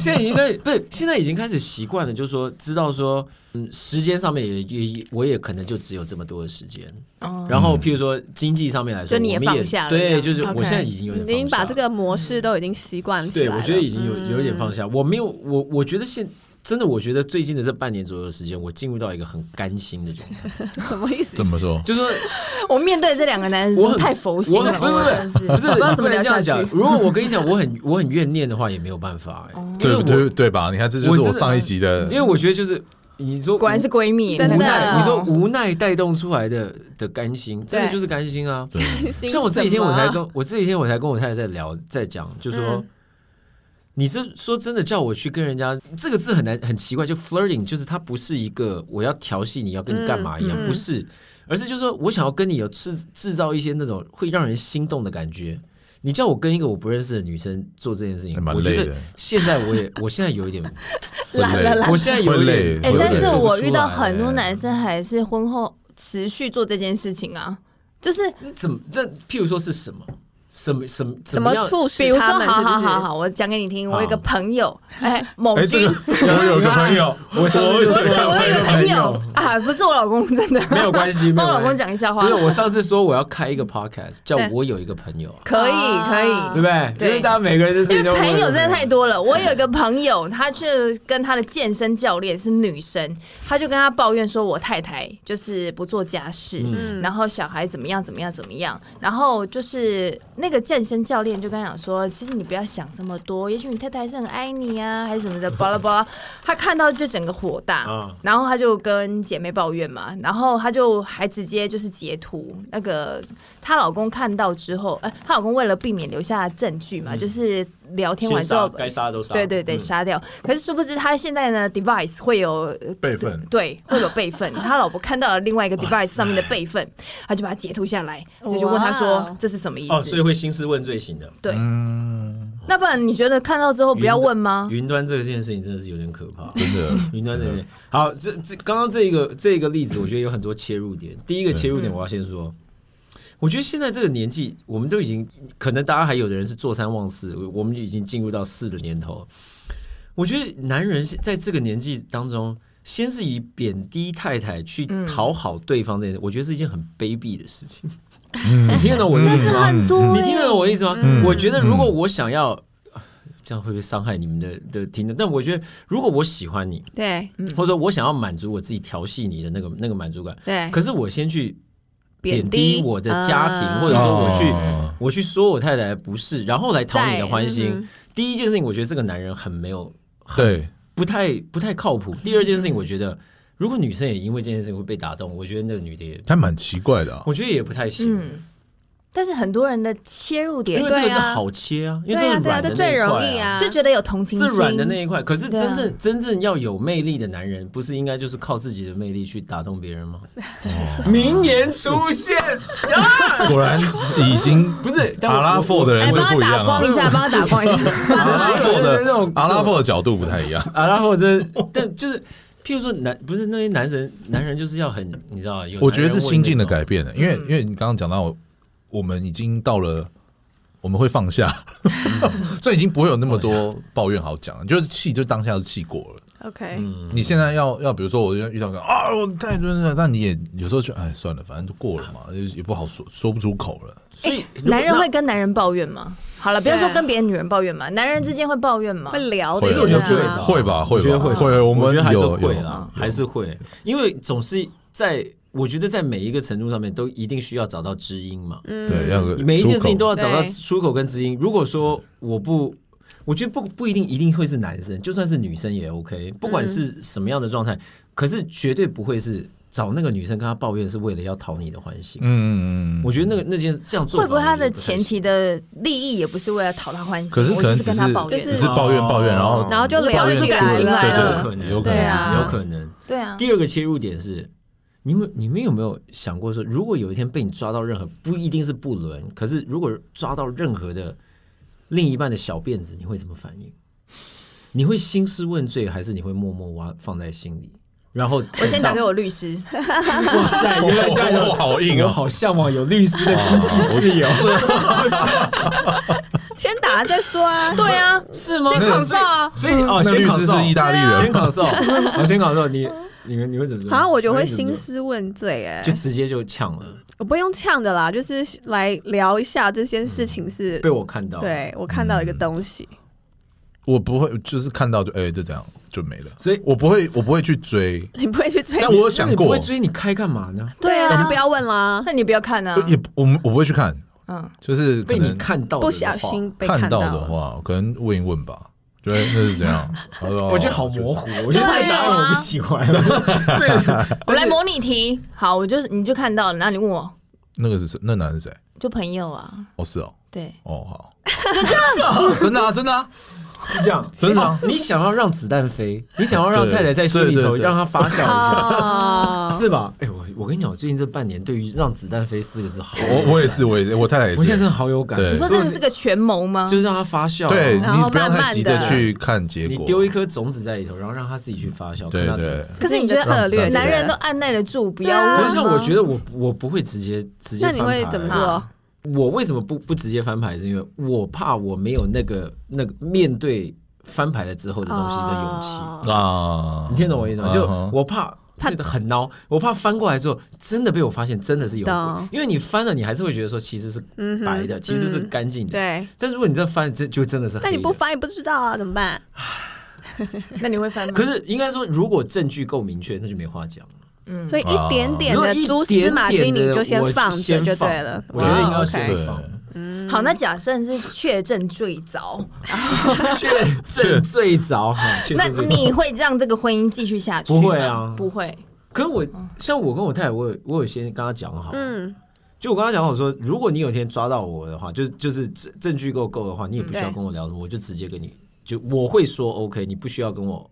Speaker 5: 现在已经开始不是，现在已经开始习惯了，就是说知道说，嗯，时间上面也也我也可能就只有这么多的时间。
Speaker 3: 哦，
Speaker 5: 然后，譬如说经济上面来说，
Speaker 3: 就你也
Speaker 5: 我们
Speaker 3: 放下了这
Speaker 5: 对，
Speaker 3: 样
Speaker 5: 就是我
Speaker 4: OK
Speaker 5: 现在已经有
Speaker 4: 你
Speaker 5: 点
Speaker 4: 已
Speaker 5: 放下
Speaker 4: 经把这个模式都已经习惯起
Speaker 5: 对
Speaker 4: 来
Speaker 5: 我
Speaker 4: 了。
Speaker 5: 觉得已经有有一点放下。我没有我我觉得现真的，我觉得最近的这半年左右的时间，我进入到一个很甘心的状态，
Speaker 4: 什么意思
Speaker 6: 怎？么说？
Speaker 5: 就是说
Speaker 3: 我面对这两个男人
Speaker 5: 我
Speaker 3: 真
Speaker 5: 很
Speaker 3: 的太佛心
Speaker 5: 我
Speaker 3: 了，
Speaker 5: 很不是
Speaker 3: 我真的
Speaker 5: 不是不是
Speaker 3: 我不知道怎
Speaker 5: 不
Speaker 3: 么
Speaker 5: 能
Speaker 3: 聊
Speaker 5: 这
Speaker 3: 下
Speaker 5: 样讲
Speaker 3: 去。。
Speaker 5: 如果我跟你讲，我很我很怨念的话，也没有办法、欸，因为
Speaker 6: 对
Speaker 5: 我
Speaker 6: 对对吧？你看，这就
Speaker 5: 我
Speaker 6: 是
Speaker 5: 真的
Speaker 6: 我上一集的
Speaker 5: 因为我觉得就是你说
Speaker 3: 果然是闺蜜，
Speaker 4: 真的
Speaker 5: 无奈，
Speaker 4: 哦
Speaker 5: 哎你说无奈带动出来的的甘心，真的
Speaker 4: 对
Speaker 5: 就是甘心啊。
Speaker 6: 对
Speaker 5: 像我这几天我
Speaker 4: 啊
Speaker 5: 才跟我这几天我才跟我太太在聊，在讲，就说。
Speaker 4: 嗯
Speaker 5: 你是说真的叫我去跟人家这个字很难很奇怪，就 flirting，就是它不是一个我要调戏你要跟你干嘛一样，
Speaker 4: 嗯嗯
Speaker 5: 不是，而是就是说我想要跟你有制制造一些那种会让人心动的感觉。你叫我跟一个我不认识的女生做这件事情
Speaker 6: 哎还，蛮
Speaker 5: 我觉
Speaker 6: 累
Speaker 5: 得
Speaker 6: 的
Speaker 5: 现在我也 我现在有一点，
Speaker 6: 会
Speaker 4: 懒了
Speaker 6: 累
Speaker 4: 懒
Speaker 5: 我现在有一
Speaker 6: 会累
Speaker 5: 点，
Speaker 3: 哎、
Speaker 6: 我有
Speaker 3: 但
Speaker 6: 点
Speaker 3: 是
Speaker 6: 做
Speaker 3: 我遇到很多
Speaker 5: 男。
Speaker 3: 男生还是婚后持续做这件事情啊，就是
Speaker 5: 怎么？那譬如说是什么？什么什么？
Speaker 4: 什
Speaker 5: 怎
Speaker 4: 么
Speaker 5: 样？
Speaker 4: 促
Speaker 3: 比
Speaker 4: 使
Speaker 3: 如说，
Speaker 4: 他们
Speaker 3: 好
Speaker 4: 是不
Speaker 3: 好
Speaker 4: 是？
Speaker 3: 好好，我讲给你听，我有一个
Speaker 5: 好
Speaker 3: 朋友，哎、某
Speaker 6: 哎，这
Speaker 3: 君，
Speaker 6: 个 我有个朋友，
Speaker 5: 我上次
Speaker 3: 不
Speaker 5: 就说
Speaker 3: 是我有一个朋友啊，不是我老公，真 的
Speaker 5: 没有关系，没
Speaker 3: 帮
Speaker 5: 有
Speaker 3: 我老公
Speaker 5: 关系。
Speaker 3: 讲一下话
Speaker 5: 不，是我上次说我要开一个 podcast，叫
Speaker 4: 对
Speaker 5: 我有一个朋友啊，
Speaker 3: 可以可以。
Speaker 5: 对不对？
Speaker 3: 对
Speaker 5: 因为大家每个人的事
Speaker 3: 因
Speaker 5: 情
Speaker 3: 为
Speaker 5: 都
Speaker 3: 朋友真的太多了，我有一个朋友，她就跟她的健身教练是女生，她就跟她抱怨说，我太太就是不做家事，
Speaker 5: 嗯
Speaker 3: 然后小孩怎么样怎么样怎么样，然后就是那个健身教练就跟她讲说，其实你不要想这么多，也许你太太还是很爱你啊，还是什么的，巴拉巴拉。她看到就整个火大，
Speaker 5: 啊
Speaker 3: 然后她就跟姐妹抱怨嘛，然后她就还直接就是截图那个她老公看到之后，呃，她老公为了避免留下证据嘛，就是聊天完之后，
Speaker 5: 嗯杀嗯的都杀
Speaker 3: 对对对，杀掉。可是殊不知她现在呢，device 会有呃
Speaker 6: 备份
Speaker 3: 对会有备 份，她老婆看到了另外一个 device 上面的备份，她就把它截图下来，就就问她
Speaker 4: 哇
Speaker 3: 说
Speaker 4: 哦
Speaker 3: 这是什么意
Speaker 5: 所
Speaker 3: 思
Speaker 5: 以？会嗯兴师问罪型的。
Speaker 3: 对，那不然你觉得看到之后不要问吗？
Speaker 5: 云端这件事情真的是有点可怕。
Speaker 6: 真的
Speaker 5: 云端这件好，这这刚刚这一个这一个例子，我觉得有很多切入点。第一个切入
Speaker 6: 嗯
Speaker 5: 点，我要先说，我觉得现在这个年纪，我们都已经可能大家还有的人是坐三望四，我我们已经进入到四的年头。我觉得男人是在这个年纪当中，先是以贬低太太去讨好对方这件事，我觉得是一件很卑鄙的事情。你听得懂我的意
Speaker 3: 但
Speaker 5: 思
Speaker 3: 是
Speaker 5: 吗？
Speaker 3: 很多
Speaker 5: 你听得懂我
Speaker 3: 欸，
Speaker 5: 意思吗？我觉得如果我想要，这样会不会伤害你们的的听众？但我觉得如果我喜欢
Speaker 3: 嗯
Speaker 5: 你，
Speaker 4: 对
Speaker 5: 或者说我想要满足我自己调戏你的那个那个满足感，
Speaker 3: 哎
Speaker 4: 对，
Speaker 5: 可是我先去贬低
Speaker 4: 低
Speaker 5: 我的家庭，
Speaker 4: 呃
Speaker 5: 或者说我去、
Speaker 6: 哦
Speaker 5: 我去说我太太的不是，然后来讨你的欢心。
Speaker 4: 在嗯
Speaker 5: 第一件事情，我觉得这个男人很没有，
Speaker 6: 对
Speaker 5: 不太不太靠谱。第二件事情，我觉得如果女生也因为这件事情会被打动，我觉得那个女的也，
Speaker 6: 还蛮奇怪的啊，
Speaker 5: 我觉得也不太行。
Speaker 3: 嗯。但是很多人的切入点
Speaker 5: 因为这个
Speaker 4: 对
Speaker 5: 是
Speaker 4: 啊
Speaker 5: 好切啊，因为
Speaker 4: 对
Speaker 5: 这
Speaker 4: 啊对啊，
Speaker 5: 是软
Speaker 4: 这
Speaker 5: 的
Speaker 4: 最
Speaker 5: 那一
Speaker 4: 容
Speaker 5: 块
Speaker 4: 易
Speaker 5: 啊。
Speaker 4: 啊，
Speaker 3: 就觉得有同情
Speaker 5: 是
Speaker 3: 心，
Speaker 5: 软的那一块，可是
Speaker 3: 对
Speaker 5: 真
Speaker 3: 啊
Speaker 5: 正、真正要有魅力的男人，不是应该就是靠自己的魅力去打动别 人吗？
Speaker 6: 哦
Speaker 5: 名言出现，
Speaker 6: 果然已经
Speaker 5: 不是但我
Speaker 6: 阿拉伯的人
Speaker 1: 哎，
Speaker 6: 就
Speaker 1: 帮他
Speaker 6: 不一
Speaker 1: 打
Speaker 6: 样啊
Speaker 1: 光
Speaker 6: 了
Speaker 1: 一。 下，帮他打光一下。
Speaker 6: 阿拉伯
Speaker 5: 对对对
Speaker 6: 的
Speaker 5: 那种
Speaker 6: 阿拉伯的角度不太一样，
Speaker 5: 啊，然后这，但就是，譬如说男，不是那些男人，男人就是要很，你知道，有
Speaker 6: 我觉得是心境的
Speaker 5: 感。
Speaker 6: 改变啊的，因为因为你刚刚讲到，我们已经到了。我们会放下，所以已经不会有那么多抱怨好讲了，就是气就当下就气过了。
Speaker 4: OK，
Speaker 5: 嗯
Speaker 3: 嗯
Speaker 6: 你现在要要比如说，我遇到个啊，我太真了，但你也有时候就哎算了，反正就过了嘛，也
Speaker 3: 嗯
Speaker 6: 也不好说说不出口了。
Speaker 5: 所以
Speaker 4: 哎
Speaker 5: 如果
Speaker 3: 男人
Speaker 5: 那
Speaker 3: 会跟男人抱怨吗？好了，不要说
Speaker 4: 对啊
Speaker 3: 跟别的女人抱怨嘛，男人之间会抱怨吗
Speaker 4: 会？聊
Speaker 6: 会
Speaker 4: 天
Speaker 6: 啊我觉得
Speaker 5: 会
Speaker 4: 啊
Speaker 5: 吧，
Speaker 6: 会吧，
Speaker 5: 我
Speaker 6: 会
Speaker 5: 觉得
Speaker 6: 吧，
Speaker 5: 会吧
Speaker 6: 会。我们
Speaker 5: 觉得还是
Speaker 6: 有
Speaker 5: 会
Speaker 6: 有
Speaker 5: 啦，还是会，因为总是在，我觉得在每一个程度上面都一定需要找到知音嘛。
Speaker 3: 嗯
Speaker 6: 对，要有个
Speaker 5: 每一件事情
Speaker 6: 出
Speaker 5: 都
Speaker 6: 口
Speaker 5: 要找到
Speaker 4: 对
Speaker 5: 出口跟知音。如果说我不，我觉得不不一定一定会是男生，就算是女生也 OK，不管是什么样的状态，可是绝对不会是找那个女生跟她抱怨是为了要讨你的欢心。
Speaker 6: 嗯嗯嗯嗯。
Speaker 5: 我觉得那个那件这样做法
Speaker 3: 会不会他的
Speaker 5: 我觉得太
Speaker 3: 前
Speaker 5: 行
Speaker 3: 提的利益也不是为了讨他欢心？
Speaker 6: 可是
Speaker 3: 我
Speaker 6: 可
Speaker 3: 就
Speaker 6: 能
Speaker 3: 是
Speaker 6: 只
Speaker 3: 跟
Speaker 6: 是
Speaker 3: 他抱
Speaker 4: 就
Speaker 3: 怨，
Speaker 4: 是
Speaker 6: 只是抱怨抱怨，然后
Speaker 4: 然后就聊
Speaker 6: 抱怨
Speaker 4: 起
Speaker 3: 就
Speaker 4: 来
Speaker 3: 感情来
Speaker 4: 了
Speaker 3: 了。
Speaker 5: 有可能，
Speaker 6: 有可
Speaker 3: 对
Speaker 6: 能。
Speaker 3: 啊
Speaker 5: 有可能。
Speaker 3: 对啊，
Speaker 5: 第二个切入点是，你们你们有没有想过说，如果有一天被你抓到任何不一定是不伦，可是如果抓到任何的另一半的小辫子，你会怎么反应？你会兴师问罪，还是你会默默挖放在心里？然后
Speaker 3: 我先打给
Speaker 5: 我，
Speaker 3: 我律师，
Speaker 5: 哇塞，原来这 样有哦
Speaker 6: 哇好硬哦
Speaker 5: 我好向往有律师的经
Speaker 6: 哦
Speaker 5: 济自由，
Speaker 4: 先打了再说 啊。
Speaker 3: 对啊，
Speaker 5: 是吗？
Speaker 6: 先
Speaker 5: 那
Speaker 6: consult
Speaker 5: 啊，所以哦，
Speaker 6: 嗯那
Speaker 5: 先
Speaker 6: 律
Speaker 5: 考
Speaker 6: 师是意大利
Speaker 5: 先
Speaker 6: 人，
Speaker 5: 考受，我先考受，哦你你们你会怎么做？
Speaker 4: 啊好像我觉得会兴
Speaker 5: 兴师，
Speaker 4: 师问罪、哎
Speaker 5: 就，直接就呛了，
Speaker 4: 我不用呛的啦，就是来聊一下这件事情是
Speaker 5: 被，我看到，，嗯
Speaker 4: 对我看到一个东西，
Speaker 6: 我不会，就是看到就哎，就这样就没了。
Speaker 5: 所以
Speaker 6: 我不会，我不会去追，
Speaker 4: 你不会去追，
Speaker 6: 但我有
Speaker 5: 那
Speaker 6: 想
Speaker 5: 你不
Speaker 6: 过
Speaker 5: 会，追你开干嘛呢？
Speaker 3: 对
Speaker 4: 那就
Speaker 3: 啊
Speaker 4: 不，要问啦。
Speaker 3: 那你不要看啊，
Speaker 6: 也不我们我不会去看，
Speaker 3: 嗯，
Speaker 6: 就是可
Speaker 5: 嗯被你
Speaker 6: 能
Speaker 5: 看到的
Speaker 4: 不
Speaker 5: 话
Speaker 4: 小心被
Speaker 6: 看
Speaker 4: 到
Speaker 6: 到的，话，我可能问一问吧。觉得那是怎 样？哦我
Speaker 5: 哦我觉得好模。糊，我
Speaker 4: 啊
Speaker 5: 觉得太答案我不 喜欢。我觉得这个是
Speaker 3: 我来模拟题，好，我就你就看到了，然后你问我，
Speaker 6: 那个是谁？那男是谁？
Speaker 3: 就朋友啊，
Speaker 6: 哦，是哦，
Speaker 3: 对，
Speaker 6: 哦 好，就这样，真的啊，真的啊，
Speaker 5: 就这 样，
Speaker 6: 真的啊
Speaker 5: 你想要让子弹飞，你想要让
Speaker 6: 对
Speaker 5: 太太在心里
Speaker 6: 对对
Speaker 5: 头
Speaker 6: 对
Speaker 5: 让她发酵一 下，
Speaker 4: 哦，
Speaker 5: 是吧？哎，我我跟你讲，我最近这半年对于“让子弹飞”四个字好有感，
Speaker 6: 我我也是，我也是，我太太也是。
Speaker 5: 我现在真的好有感。
Speaker 6: 对
Speaker 3: 你
Speaker 6: 你
Speaker 3: 说
Speaker 5: 所
Speaker 3: 这
Speaker 5: 有
Speaker 3: 个是个权谋吗？
Speaker 5: 就是让它发酵啊，
Speaker 6: 对
Speaker 4: 然后
Speaker 6: 你不要
Speaker 4: 慢慢
Speaker 6: 太急着
Speaker 4: 地
Speaker 6: 去看结
Speaker 5: 你
Speaker 6: 果，
Speaker 5: 丢一颗种子在里头，然后让它自己去发酵，
Speaker 6: 对
Speaker 5: 看它怎么
Speaker 6: 对，
Speaker 3: 可是你觉
Speaker 4: 这是你的策
Speaker 6: 略
Speaker 3: 得男人
Speaker 4: 对
Speaker 3: 都按耐得住，不
Speaker 4: 对
Speaker 3: 要
Speaker 4: 啊
Speaker 5: 可
Speaker 3: 问
Speaker 5: 是像
Speaker 3: 吗
Speaker 5: 我觉得我我不会直接直接
Speaker 4: 那
Speaker 5: 翻
Speaker 4: 你
Speaker 5: 牌，啊
Speaker 4: 会怎么做？
Speaker 5: 我为什么不不直接翻牌？是因为我怕我没有那个那个面对翻牌了之后的东西的勇气。
Speaker 4: 哦
Speaker 6: 啊，
Speaker 5: 你听懂我意思吗？就
Speaker 6: 嗯哼
Speaker 5: 我怕。觉得很孬，我怕翻过来之后真的被我发现，真的是有鬼
Speaker 4: 懂。
Speaker 5: 因为你翻了，你还是会觉得说其实是
Speaker 4: 嗯哼
Speaker 5: 白的，其实是
Speaker 4: 嗯
Speaker 5: 干净的。
Speaker 4: 对，
Speaker 5: 但如果你再翻，这就真的是黑的。
Speaker 4: 但你不翻也不知道啊，怎么办？
Speaker 3: 那你会翻吗？
Speaker 5: 可是应该说，如果证据够明确，那就没话讲。
Speaker 3: 嗯，
Speaker 4: 所以一点点
Speaker 5: 如果
Speaker 4: 的
Speaker 5: 一
Speaker 4: 蛛丝
Speaker 5: 点
Speaker 4: 马
Speaker 5: 点
Speaker 4: 迹，你
Speaker 5: 的
Speaker 4: 就先
Speaker 5: 我
Speaker 4: 放着
Speaker 5: 先
Speaker 4: 就
Speaker 5: 放
Speaker 4: 对了。
Speaker 5: 我觉得应该要
Speaker 4: 哦，OK
Speaker 5: 先放。
Speaker 3: 好，那假设是确证最早，
Speaker 5: 确证最早，哈确
Speaker 3: 那
Speaker 5: 证最早
Speaker 3: 你会让这个婚姻继续下去？
Speaker 5: 不会，啊？
Speaker 3: 不会。
Speaker 5: 可是我像我跟我太太，我有我有先跟她讲好，
Speaker 4: 嗯，
Speaker 5: 就我跟她讲好说，如果你有一天抓到我的话，就就是证证据够够的话，你也不需要
Speaker 4: 嗯对
Speaker 5: 跟我聊什么，我就直接跟你就我会说 OK，你不需要跟我，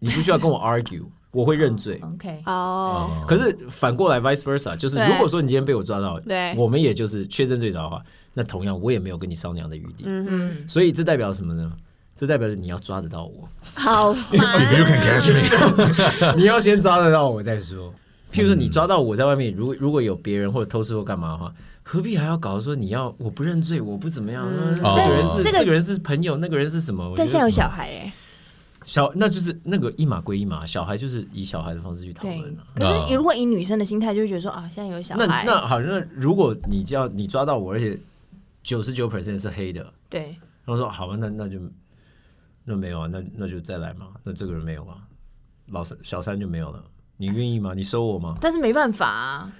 Speaker 5: 你不需要 跟我 argue，我会认罪。
Speaker 3: OK，
Speaker 4: 哦，
Speaker 5: 可是反过来 vice versa，就是
Speaker 4: 对
Speaker 5: 如果说你今天被我抓到，
Speaker 4: 对
Speaker 5: 嗯我们也就是确证最早的话，那同样我也没有跟你商量的余地，
Speaker 3: 嗯，
Speaker 5: 所以这代表什么呢？这代表你要抓得到我。
Speaker 4: 好烦 啊
Speaker 6: You can catch me，
Speaker 5: 你要先抓得到我再说。譬如说，你抓到我在外面，如果如果有别人或者偷吃或干嘛的话，何必还要搞说你要我不认罪，我不怎么样？嗯
Speaker 6: 哦
Speaker 5: 这个人是
Speaker 3: 这个
Speaker 5: 这个人是朋友，那个人是什么？我觉
Speaker 3: 但
Speaker 5: 得
Speaker 3: 现在有小孩哎，
Speaker 5: 小，那就是那个一码归一码，小孩就是以小孩的方式去讨
Speaker 3: 对
Speaker 5: 论啊。。
Speaker 3: 可是如果以女生的心态，就会觉得说啊，现在有小
Speaker 5: 那
Speaker 3: 孩，
Speaker 5: 那好，那如果你叫你抓到我，而且九十九 percent 是黑的，
Speaker 3: 对，
Speaker 5: 然后说好吧，那那就那没有啊，那那就再来嘛，那这个人没有啊，老三小三就没有了，你愿意吗？你收我吗？
Speaker 3: 但是没办法啊，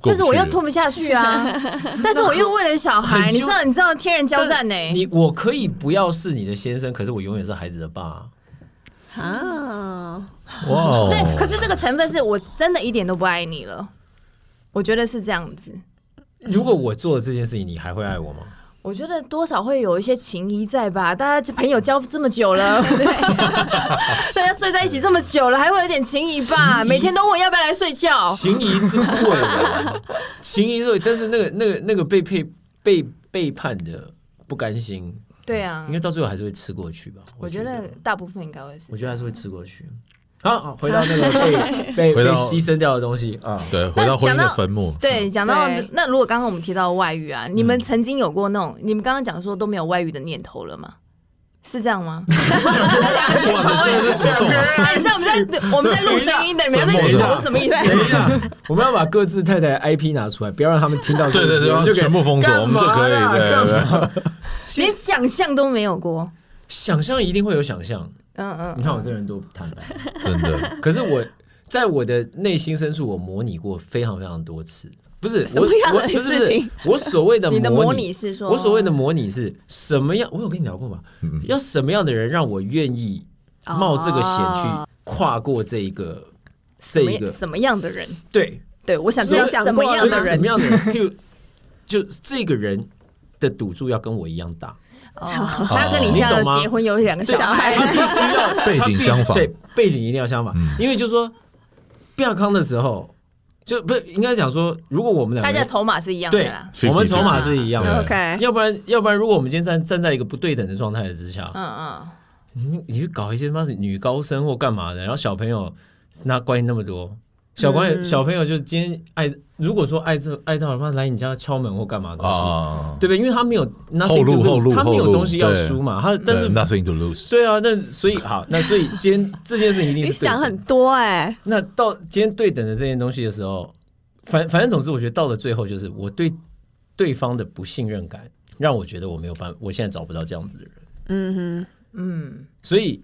Speaker 6: 过不去
Speaker 3: 但是我又吞不下去啊， 但是我又为了小孩，
Speaker 5: 很
Speaker 3: 你
Speaker 5: 纠
Speaker 3: 知道，你知道天人交战呢，
Speaker 5: 你我可以不要是你的先生，可是我永远是孩子的爸啊、
Speaker 4: 啊！
Speaker 6: 哇哦，
Speaker 3: 对，可是这个成分是我真的一点都不爱你了，我觉得是这样子。
Speaker 5: 如果我做了这件事情，你还会爱我吗？
Speaker 3: 我觉得多少会有一些情谊在吧，大家朋友交这么久 了，大家睡在一起这么久了，还会有点情谊吧？
Speaker 5: 情谊
Speaker 3: 每天都问要不要来睡觉，
Speaker 5: 情谊是会的，情谊是会，但是那个那个那个被背被背叛的不甘心，
Speaker 3: 对啊
Speaker 5: 应，该到最后还是会吃过去吧？
Speaker 3: 我觉
Speaker 5: 觉
Speaker 3: 得，大部分应该会是
Speaker 5: 我。觉得还是会吃过去。好，
Speaker 3: 哦
Speaker 5: 好回到那个 被被
Speaker 6: 回
Speaker 5: 被
Speaker 6: 到
Speaker 5: 牺牲掉的东西啊，
Speaker 6: 对，回到婚姻的坟墓，
Speaker 3: 对，讲到
Speaker 2: 对
Speaker 3: 那，如果刚刚我们提到外遇啊，你
Speaker 5: 嗯
Speaker 3: 们曾经有过那种，你们刚刚讲说都没有外遇的念头了吗？是这样吗？
Speaker 6: 哇塞，这个是什么洞啊？
Speaker 3: 哎，你知道我们在我们在录声音的，你们在点头什么意思？
Speaker 5: 等一下，我们要把各自太太的 IP 拿出来，不要让他们听到这
Speaker 6: 对对
Speaker 5: 个节
Speaker 6: 对，要
Speaker 5: 目。就啊可以
Speaker 6: 全部封锁，我
Speaker 5: 干
Speaker 6: 们
Speaker 5: 嘛
Speaker 6: 就可以。
Speaker 5: 啦
Speaker 6: 对对对
Speaker 5: 干嘛
Speaker 3: 连想象都没有过。
Speaker 5: 想象一定会有想象，
Speaker 3: 嗯嗯，
Speaker 5: 你看我这人多坦白。
Speaker 6: 真的，
Speaker 5: 可是我在我的内心深处，我模拟过非常非常多次，不是
Speaker 4: 什
Speaker 5: 我
Speaker 4: 么样
Speaker 5: 我
Speaker 4: 的
Speaker 5: 不是不
Speaker 4: 事
Speaker 5: 是
Speaker 4: 情
Speaker 5: 我所谓的
Speaker 3: 你的
Speaker 5: 模
Speaker 3: 模拟是说
Speaker 5: 嗯我所谓的模拟是什么样？我有跟你聊过吧？
Speaker 6: 嗯
Speaker 5: 要什么样的人让我愿意冒这个险去跨过这一个这
Speaker 3: 什么
Speaker 5: 一
Speaker 3: 样
Speaker 5: 个？
Speaker 3: 什么样的人？
Speaker 5: 对，
Speaker 3: 对我想知道
Speaker 4: 所以
Speaker 3: 什么
Speaker 4: 想
Speaker 3: 样
Speaker 5: 所以
Speaker 3: 的
Speaker 5: 什
Speaker 3: 人
Speaker 5: 么。样的人？譬如，就这个人的赌注要跟我一样大，
Speaker 3: 哦，他跟你现在
Speaker 5: 你懂吗
Speaker 3: 结婚有两个小孩，
Speaker 5: 他必须要
Speaker 6: 背景相仿
Speaker 5: 对，背景一定要相仿，
Speaker 6: 嗯
Speaker 5: 因为就说亚康的时候，就不是应该讲说，如果我们
Speaker 3: 大
Speaker 5: 两个
Speaker 3: 家
Speaker 5: 人
Speaker 3: 筹码是一样的
Speaker 5: 对
Speaker 3: 啦。，
Speaker 6: 50-50
Speaker 5: 我们筹码是一样的，
Speaker 4: OK，
Speaker 5: 要不然要不然，如果我们今天站站在一个不对等的状态之下，
Speaker 3: 嗯嗯，
Speaker 5: 你你去搞一些妈是女高生或干嘛的，然后小朋友那关系那么多。小朋友，
Speaker 4: 嗯
Speaker 5: 小朋友就今天爱，如果说爱这爱到的话，来你家敲门或干嘛的东西，
Speaker 6: 啊，
Speaker 5: 对不对？因为他没有 nothing to
Speaker 6: 后路
Speaker 5: lose，
Speaker 6: 后路
Speaker 5: 他没有
Speaker 6: 后路
Speaker 5: 东西要
Speaker 6: 对
Speaker 5: 输嘛。他但是
Speaker 6: 对 nothing to lose，
Speaker 5: 对啊，那所以好，那所以今天这件事情一定是
Speaker 4: 你
Speaker 5: 对
Speaker 4: 想
Speaker 5: 等
Speaker 4: 很多哎，
Speaker 5: 那到今天对等的这件东西的时候，反反正总之，我觉得到了最后，就是我对对方的不信任感，让我觉得我没有办，我现在找不到这样子的人。
Speaker 4: 嗯
Speaker 5: 所以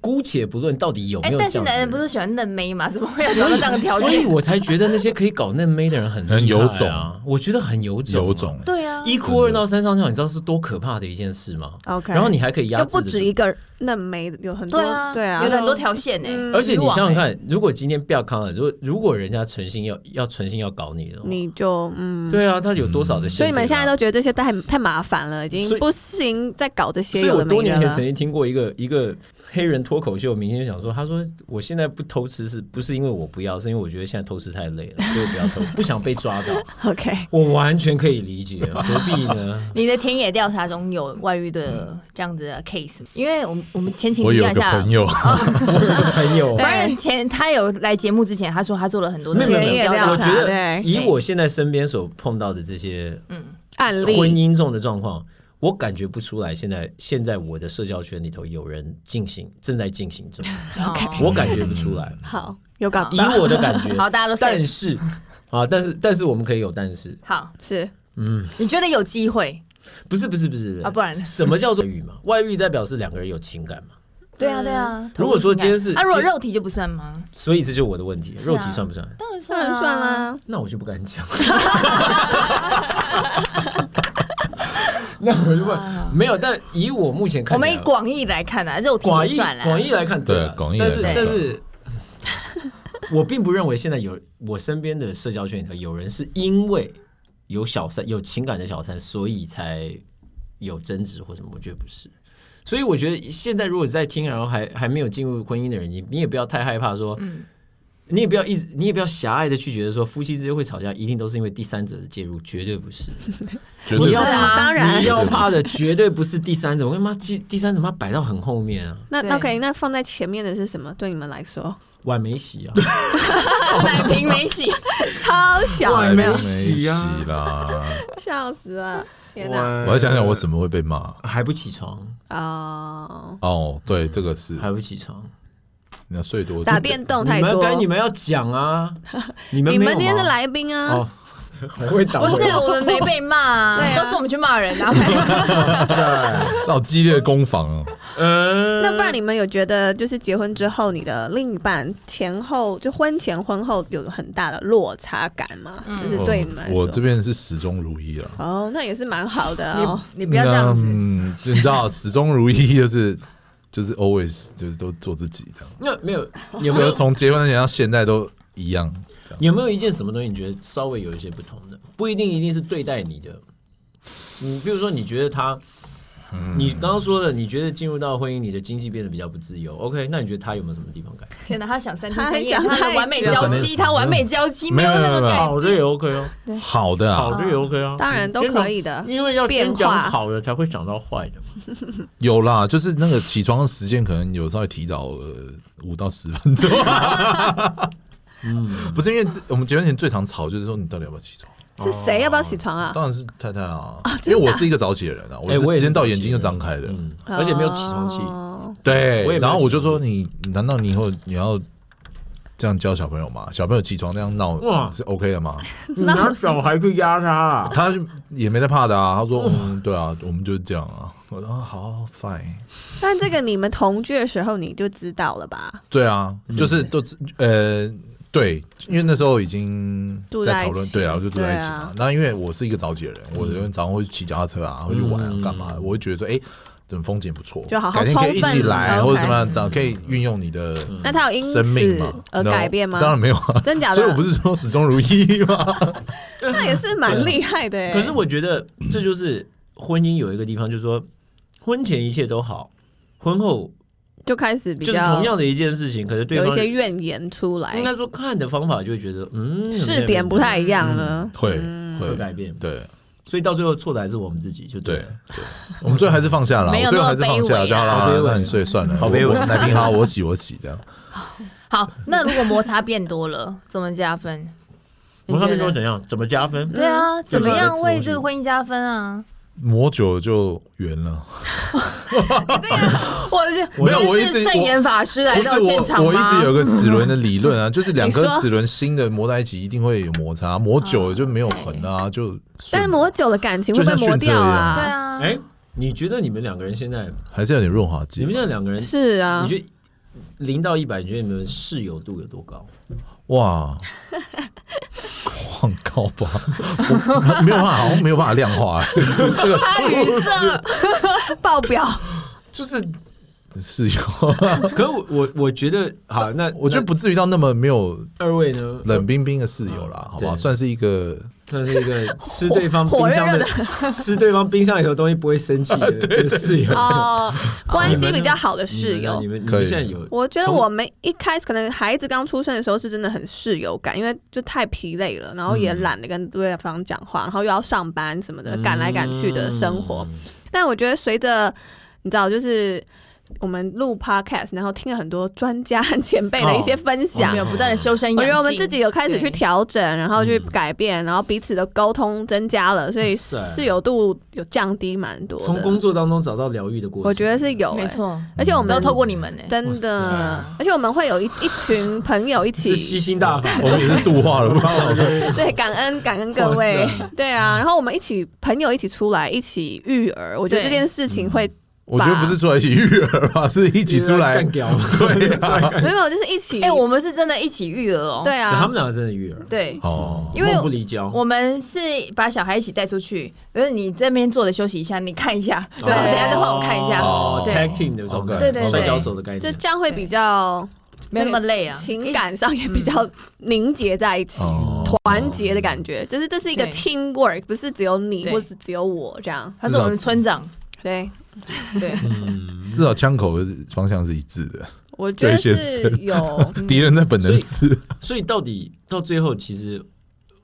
Speaker 5: 姑且不论到底有没
Speaker 3: 哎
Speaker 5: 有，这
Speaker 3: 但
Speaker 5: 样
Speaker 3: 是
Speaker 5: 子的
Speaker 3: 男人不是喜欢嫩妹吗？怎么会有这样的条
Speaker 5: 所以
Speaker 3: 件？
Speaker 5: 我才觉得那些可以搞嫩妹的人很厉害啊
Speaker 6: 很有种，
Speaker 5: 我觉得很有种、
Speaker 6: 有。种，
Speaker 3: 对啊，
Speaker 5: 一哭二闹三上吊，你知道是多可怕的一件事吗？
Speaker 4: 哼，OK，
Speaker 5: 然后你还可以压
Speaker 4: 又
Speaker 5: 制，
Speaker 4: 不止一个嫩妹，有很多
Speaker 3: 对啊，
Speaker 4: 对啊
Speaker 3: 有，很多条线呢。
Speaker 4: 嗯
Speaker 5: 而且你
Speaker 3: 渔网
Speaker 5: 想
Speaker 3: 欸
Speaker 5: 想看，如果今天不要康了，如果如果人家存心要要存心要搞你的话，
Speaker 4: 你就嗯。
Speaker 5: 对啊，他有多少的、
Speaker 4: 所以你们现在都觉得这些太太麻烦了，已经
Speaker 5: 所以
Speaker 4: 不行再搞这些
Speaker 5: 所以
Speaker 4: 有
Speaker 5: 我
Speaker 4: 的
Speaker 5: 多
Speaker 4: 没
Speaker 5: 年
Speaker 4: 的
Speaker 5: 前曾
Speaker 4: 了。
Speaker 5: 经听过一个一个黑人脱口秀明星讲说，他说我现在不偷吃是不是因为我不要，是因为我觉得现在偷吃太累了，所以我不要偷， 不想被抓到。
Speaker 4: OK，
Speaker 5: 我完全可以理解，何必 呢？
Speaker 3: 你的田野调查中有外遇的这样子的 case 吗？因为我们我们前情
Speaker 6: 我
Speaker 3: 提
Speaker 6: 有
Speaker 3: 要
Speaker 6: 一
Speaker 3: 一
Speaker 6: 个
Speaker 3: 下，
Speaker 6: 朋友，
Speaker 5: 朋友，
Speaker 3: 当然前他有来节目之前，他说他做了很多
Speaker 5: 没有没有
Speaker 3: 田
Speaker 5: 没
Speaker 3: 野
Speaker 5: 有
Speaker 3: 调查哦
Speaker 5: 我觉得
Speaker 4: 对
Speaker 5: 以我现在身边所碰到的这些呃
Speaker 4: 案
Speaker 5: 婚
Speaker 4: 例
Speaker 5: 姻中的状况，我感觉不出来，现在现在我的社交圈里头有人进行正在进行中，
Speaker 3: 哦
Speaker 5: 我感觉不出来，
Speaker 4: 好有搞
Speaker 5: 以我的感觉，
Speaker 3: 好，大家都 safe
Speaker 5: 但是 啊，但是但是我们可以有但是，
Speaker 3: 好，
Speaker 4: 是
Speaker 3: 你觉得有机会
Speaker 5: 不是不是不是
Speaker 3: 啊？不然
Speaker 5: 什么叫做外遇嘛？ 外遇代表是两个人有情感嘛？
Speaker 3: 对啊对啊。
Speaker 5: 如果说今天是
Speaker 3: 啊，如果
Speaker 5: 今
Speaker 3: 肉体就不算吗？
Speaker 5: 所以这就是我的问题，
Speaker 3: 是啊
Speaker 5: 肉体算不算？
Speaker 3: 当然
Speaker 4: 当然算啊啦，
Speaker 5: 那我就不敢 讲。 那我就问，没有，但以我目前看
Speaker 3: 我
Speaker 5: 起来，啊
Speaker 3: 们以广义来看啊，肉体
Speaker 5: 广
Speaker 3: 也
Speaker 5: 义
Speaker 3: 算啦。
Speaker 5: 广义来看，
Speaker 6: 对
Speaker 5: 对啊，
Speaker 6: 广义来
Speaker 5: 但是
Speaker 6: 看
Speaker 5: 但是， 我并不认为现在有我身边的社交圈里头有人是因为有小三有情感的小三，所以才有争执或什么，我觉得不是。所以我觉得现在如果在听，然后还还没有进入婚姻的人，你你也不要太害怕说，
Speaker 3: 嗯
Speaker 5: 你也不要一直，你也不要狭隘的去觉得说夫妻之间会吵架，一定都是因为第三者的介入，绝对不是。
Speaker 6: 绝对
Speaker 5: 你
Speaker 6: 不
Speaker 5: 要
Speaker 6: 是
Speaker 4: 啊，当然
Speaker 5: 你。要怕的绝对不是第三者，我他妈第第三者妈摆到很后面啊，
Speaker 4: 那
Speaker 3: 对
Speaker 4: 那 OK，那放在前面的是什么？对你们来 说
Speaker 5: 碗没洗啊。
Speaker 3: 奶瓶没 洗，
Speaker 4: 超小，
Speaker 5: 哇
Speaker 6: 还
Speaker 4: 有没
Speaker 5: 没
Speaker 4: 有？
Speaker 5: 洗啊
Speaker 6: 洗啦！
Speaker 4: 笑死了！天哪！
Speaker 5: 我
Speaker 6: 我要想想我什么会被骂
Speaker 5: 还不起床，
Speaker 4: 哦，
Speaker 6: 哦，对，这个是
Speaker 5: 还不起床，
Speaker 6: 你要睡多久？
Speaker 4: 打电动太
Speaker 5: 你们
Speaker 4: 多。
Speaker 5: 该你们要讲 啊，你们
Speaker 4: 你
Speaker 5: 没有
Speaker 4: 们今天
Speaker 5: 吗
Speaker 4: 是来宾啊
Speaker 5: 哦，，很会打
Speaker 3: 不是我们没被骂啊，
Speaker 4: 对啊
Speaker 3: 都是我们去骂人啊。
Speaker 6: 这好激烈的攻防 哦，
Speaker 5: 嗯
Speaker 4: 那不然你们有觉得就是结婚之后，你的另一半前后就婚前婚后有很大的落差感吗？
Speaker 3: 嗯
Speaker 4: 就是对你们来
Speaker 6: 我这
Speaker 4: 说。
Speaker 6: 边是始终如一啊了。
Speaker 4: 哦，那也是蛮好的哦。
Speaker 3: 你你不要这样子，
Speaker 6: 嗯，就你知道，始终如一 就是就是 always 就是都做自己的，
Speaker 5: 那没有有
Speaker 6: 有
Speaker 5: 没
Speaker 6: 没有
Speaker 5: 有
Speaker 6: 从结婚那年到现在都一样。这样
Speaker 5: 有没有一件什么东西你觉得稍微有一些不同的？不一定一定是对待你的，你比如说你觉得他，
Speaker 6: 嗯
Speaker 5: 你刚刚说的，你觉得进入到婚姻，你的经济变得比较不自由。OK，那你觉得他有没有什么地方改？
Speaker 3: 天 哪，他想三天
Speaker 4: 他
Speaker 3: 三夜，
Speaker 4: 想
Speaker 3: 他的完美交
Speaker 6: 太
Speaker 3: 期，
Speaker 6: 久
Speaker 3: 他完美交期
Speaker 6: 没
Speaker 3: 有
Speaker 6: 有
Speaker 3: 那么
Speaker 6: 没有没有
Speaker 3: 改
Speaker 5: 好的也 OK 哦，
Speaker 6: 好的啊，
Speaker 5: 好的也 OK 啊，
Speaker 4: 当然都可以的
Speaker 5: 因为要先
Speaker 4: 变
Speaker 5: 讲
Speaker 4: 化
Speaker 5: 好的才会讲到坏的嘛。
Speaker 6: 有啦，就是那个起床的时间可能有稍微提早呃五到十分钟。嗯，不是因为我们结婚前最常吵就是说你到底要不要起床？
Speaker 4: 是谁要不要起床啊？
Speaker 5: 哦
Speaker 6: 当然是太太啊，因为我是一个早起的人啊，我
Speaker 5: 哎
Speaker 6: 是
Speaker 5: 我
Speaker 6: 时
Speaker 5: 也是
Speaker 6: 间到
Speaker 5: 早起
Speaker 6: 眼睛就
Speaker 5: 的
Speaker 6: 张
Speaker 5: 人
Speaker 6: 开的。
Speaker 5: 嗯，
Speaker 4: 啊
Speaker 5: 而且没有起床气。
Speaker 4: 哦
Speaker 6: 对
Speaker 5: 我也没有
Speaker 6: 然后我就
Speaker 5: 起床
Speaker 6: 说你，难道你以后你要这样教小朋友吗？小朋友起床这样闹
Speaker 5: 哇
Speaker 6: 是 OK 的吗？
Speaker 5: 你拿小孩去压他啊？
Speaker 6: 他也没在怕的啊，他说嗯，对啊，我们就是这样啊。我说啊好，fine。
Speaker 4: 但这个你们同居的时候你就知道了吧？
Speaker 6: 对啊，就是都知呃，对，因为那时候已经
Speaker 4: 住在
Speaker 6: 在
Speaker 4: 一
Speaker 6: 讨论，
Speaker 4: 起
Speaker 6: 对啊，就住在一起
Speaker 4: 对
Speaker 6: 嘛
Speaker 4: 啊。
Speaker 6: 那因为我是一个早起的人，我有人早上会骑脚踏车啊，会去玩啊，
Speaker 5: 嗯
Speaker 6: 干嘛的？我会觉得说，哎，怎么风景不错，
Speaker 4: 就好好
Speaker 6: 改天可以一
Speaker 4: 充分
Speaker 6: 起来，
Speaker 4: OK
Speaker 6: 或者什么样，这样可以运用你的
Speaker 4: 那他有因
Speaker 6: 生命嘛
Speaker 4: 此而改变
Speaker 6: No，当然
Speaker 4: 吗？
Speaker 6: 没有啊，
Speaker 4: 真假的？
Speaker 6: 所以我不是说始终如一 吗？
Speaker 4: 那也是蛮厉害的哎。
Speaker 5: 啊可是我觉得这就是婚姻有一个地方，就是说婚前一切都好，婚后
Speaker 4: 就开始比
Speaker 5: 就是
Speaker 4: 较
Speaker 5: 同样的一件事情，可是对
Speaker 4: 有一
Speaker 5: 方
Speaker 4: 些怨言出来
Speaker 5: 应，该说看的方法就会觉得，嗯，
Speaker 4: 试点不太一样
Speaker 5: 嗯，
Speaker 4: 了。
Speaker 6: 会
Speaker 5: 会
Speaker 6: 会，
Speaker 5: 改变，
Speaker 6: 对
Speaker 5: 所以到最后错的还是我们自己，就
Speaker 6: 对
Speaker 5: 了。
Speaker 6: 对，我们最后还是放下了，
Speaker 1: 没有
Speaker 6: 我最后还是放
Speaker 1: 那么卑
Speaker 6: 下，
Speaker 1: 微啊
Speaker 6: 就好
Speaker 5: 好卑
Speaker 6: 了，
Speaker 5: 微
Speaker 6: 那你睡算了，
Speaker 5: 好卑微啊
Speaker 6: 我我奶瓶好，我洗我洗的。
Speaker 3: 好， 那如果摩擦变多了，怎么加分？
Speaker 5: 我上面说
Speaker 3: 你觉得
Speaker 5: 怎样，怎么加
Speaker 4: 嗯
Speaker 5: 分？
Speaker 3: 对啊，
Speaker 6: 嗯
Speaker 3: 怎么样为这
Speaker 5: 就是
Speaker 3: 个婚姻加分啊？
Speaker 6: 磨久了就圆了，
Speaker 3: 我
Speaker 6: 我没有我一
Speaker 3: 这
Speaker 6: 直
Speaker 3: 是圣严法师来
Speaker 6: 不是
Speaker 3: 到现场
Speaker 6: 我，
Speaker 3: 吗？
Speaker 6: 我一直有一个齿轮的理论啊，就是两
Speaker 4: 你
Speaker 6: 颗
Speaker 4: 说
Speaker 6: 齿轮新的磨在一起一定会有摩擦，磨久了就没有痕啊，就顺
Speaker 4: 但是磨久了感情会被磨
Speaker 3: 对
Speaker 4: 掉啊，
Speaker 3: 啊，
Speaker 5: 哎，你觉得你们两个人现在，
Speaker 6: 还是有点润滑
Speaker 5: 你
Speaker 6: 剂
Speaker 5: 们。现在两个人，
Speaker 4: 嗯是啊
Speaker 5: 你，觉得零到一百，你觉得你们室友度有多高？
Speaker 6: 哇， 广告吧，我没有办法，好像没有办法量化，啊这 这这个
Speaker 3: 绿色
Speaker 4: 爆表。
Speaker 6: 就是是有，
Speaker 5: 可我我我觉得，好，那
Speaker 6: 我觉得不至于到那么没有
Speaker 5: 那二位呢？
Speaker 6: 冷冰冰的室友啦，好吧，
Speaker 5: 嗯对
Speaker 6: 算是一个
Speaker 5: 算是一个吃对 方
Speaker 4: 火
Speaker 5: 冰箱
Speaker 4: 热热啊
Speaker 5: 的， 吃对方冰箱里头东西不会生气的的室友。
Speaker 4: 哦，关系比较好的
Speaker 5: 你
Speaker 4: 室
Speaker 5: 们呢
Speaker 4: 友
Speaker 5: 你。们你
Speaker 6: 可
Speaker 5: 们
Speaker 6: 以
Speaker 5: 现在有？
Speaker 4: 我觉得我们一开始可能孩子刚出生的时候是真的很室友感，因为就太疲累了，然后也懒得跟对方讲话，然后又要上班什么的，赶来赶去的生活。但我觉得随着你知道，就是我们录 podcast，然后听了很多专家和前辈的一些分
Speaker 3: 哦
Speaker 4: 享
Speaker 5: 讲
Speaker 3: 我们，有不断的修身养性。
Speaker 4: 我觉得我们自己有开始去
Speaker 3: 对
Speaker 4: 调整，然后去
Speaker 5: 嗯
Speaker 4: 改变，然后彼此的沟通增加了，所以
Speaker 5: 哇塞
Speaker 4: 室友度有降低蛮多
Speaker 5: 从工
Speaker 4: 的。
Speaker 5: 作当中找到疗愈的过程，
Speaker 4: 我觉得是有、欸，
Speaker 3: 哎没错，
Speaker 4: 而且我们
Speaker 3: 都透过你们呢。
Speaker 4: 真
Speaker 5: 哇
Speaker 4: 的，而且我们会有一一群朋友一
Speaker 5: 是吸
Speaker 4: 起，
Speaker 5: 星大法。
Speaker 6: 我们也是度化了不少人，
Speaker 4: 对，感恩感恩各位
Speaker 5: 哇塞，嗯
Speaker 4: 对啊，然后我们一起朋友一起出来一起育儿，我觉得
Speaker 3: 对
Speaker 4: 这件事情会
Speaker 5: 嗯
Speaker 6: 我觉得不是出来一起育儿吧，是一起出来
Speaker 5: 干掉，
Speaker 6: 对啊
Speaker 5: 出来干
Speaker 4: 没有，就是一起，
Speaker 3: 哎，我们是真的一起育儿哦。
Speaker 4: 对
Speaker 5: 他
Speaker 4: 啊
Speaker 5: 们，两个真的育儿，
Speaker 3: 对，
Speaker 6: 哦，
Speaker 3: 因为
Speaker 5: 梦不离焦，
Speaker 3: 我们是把小孩一起带出去，可是你这边坐着休息一下，你看一下，
Speaker 5: 哦
Speaker 3: 对， 等一下再换我看一下，
Speaker 6: 哦
Speaker 3: 对
Speaker 5: tag team 的状态，
Speaker 3: 对对对
Speaker 5: 摔跤手的概
Speaker 4: 就
Speaker 5: 念，
Speaker 4: 这样会比较
Speaker 3: 没那么累啊。
Speaker 4: 情感上也比
Speaker 5: 嗯
Speaker 4: 较凝结在一起，
Speaker 6: 哦
Speaker 4: 团结的感觉，就是这是一个
Speaker 3: 嗯对
Speaker 4: team work，不是只有你
Speaker 3: 对
Speaker 4: 或是只有我这样，
Speaker 3: 他是我们村长，
Speaker 4: 对。
Speaker 3: 对，
Speaker 6: 至少枪口的方向是一致的，
Speaker 4: 我觉得
Speaker 6: 对
Speaker 4: 是
Speaker 6: 先生
Speaker 4: 有，
Speaker 6: 敌人在本能寺。
Speaker 5: 所以到底到最后，其实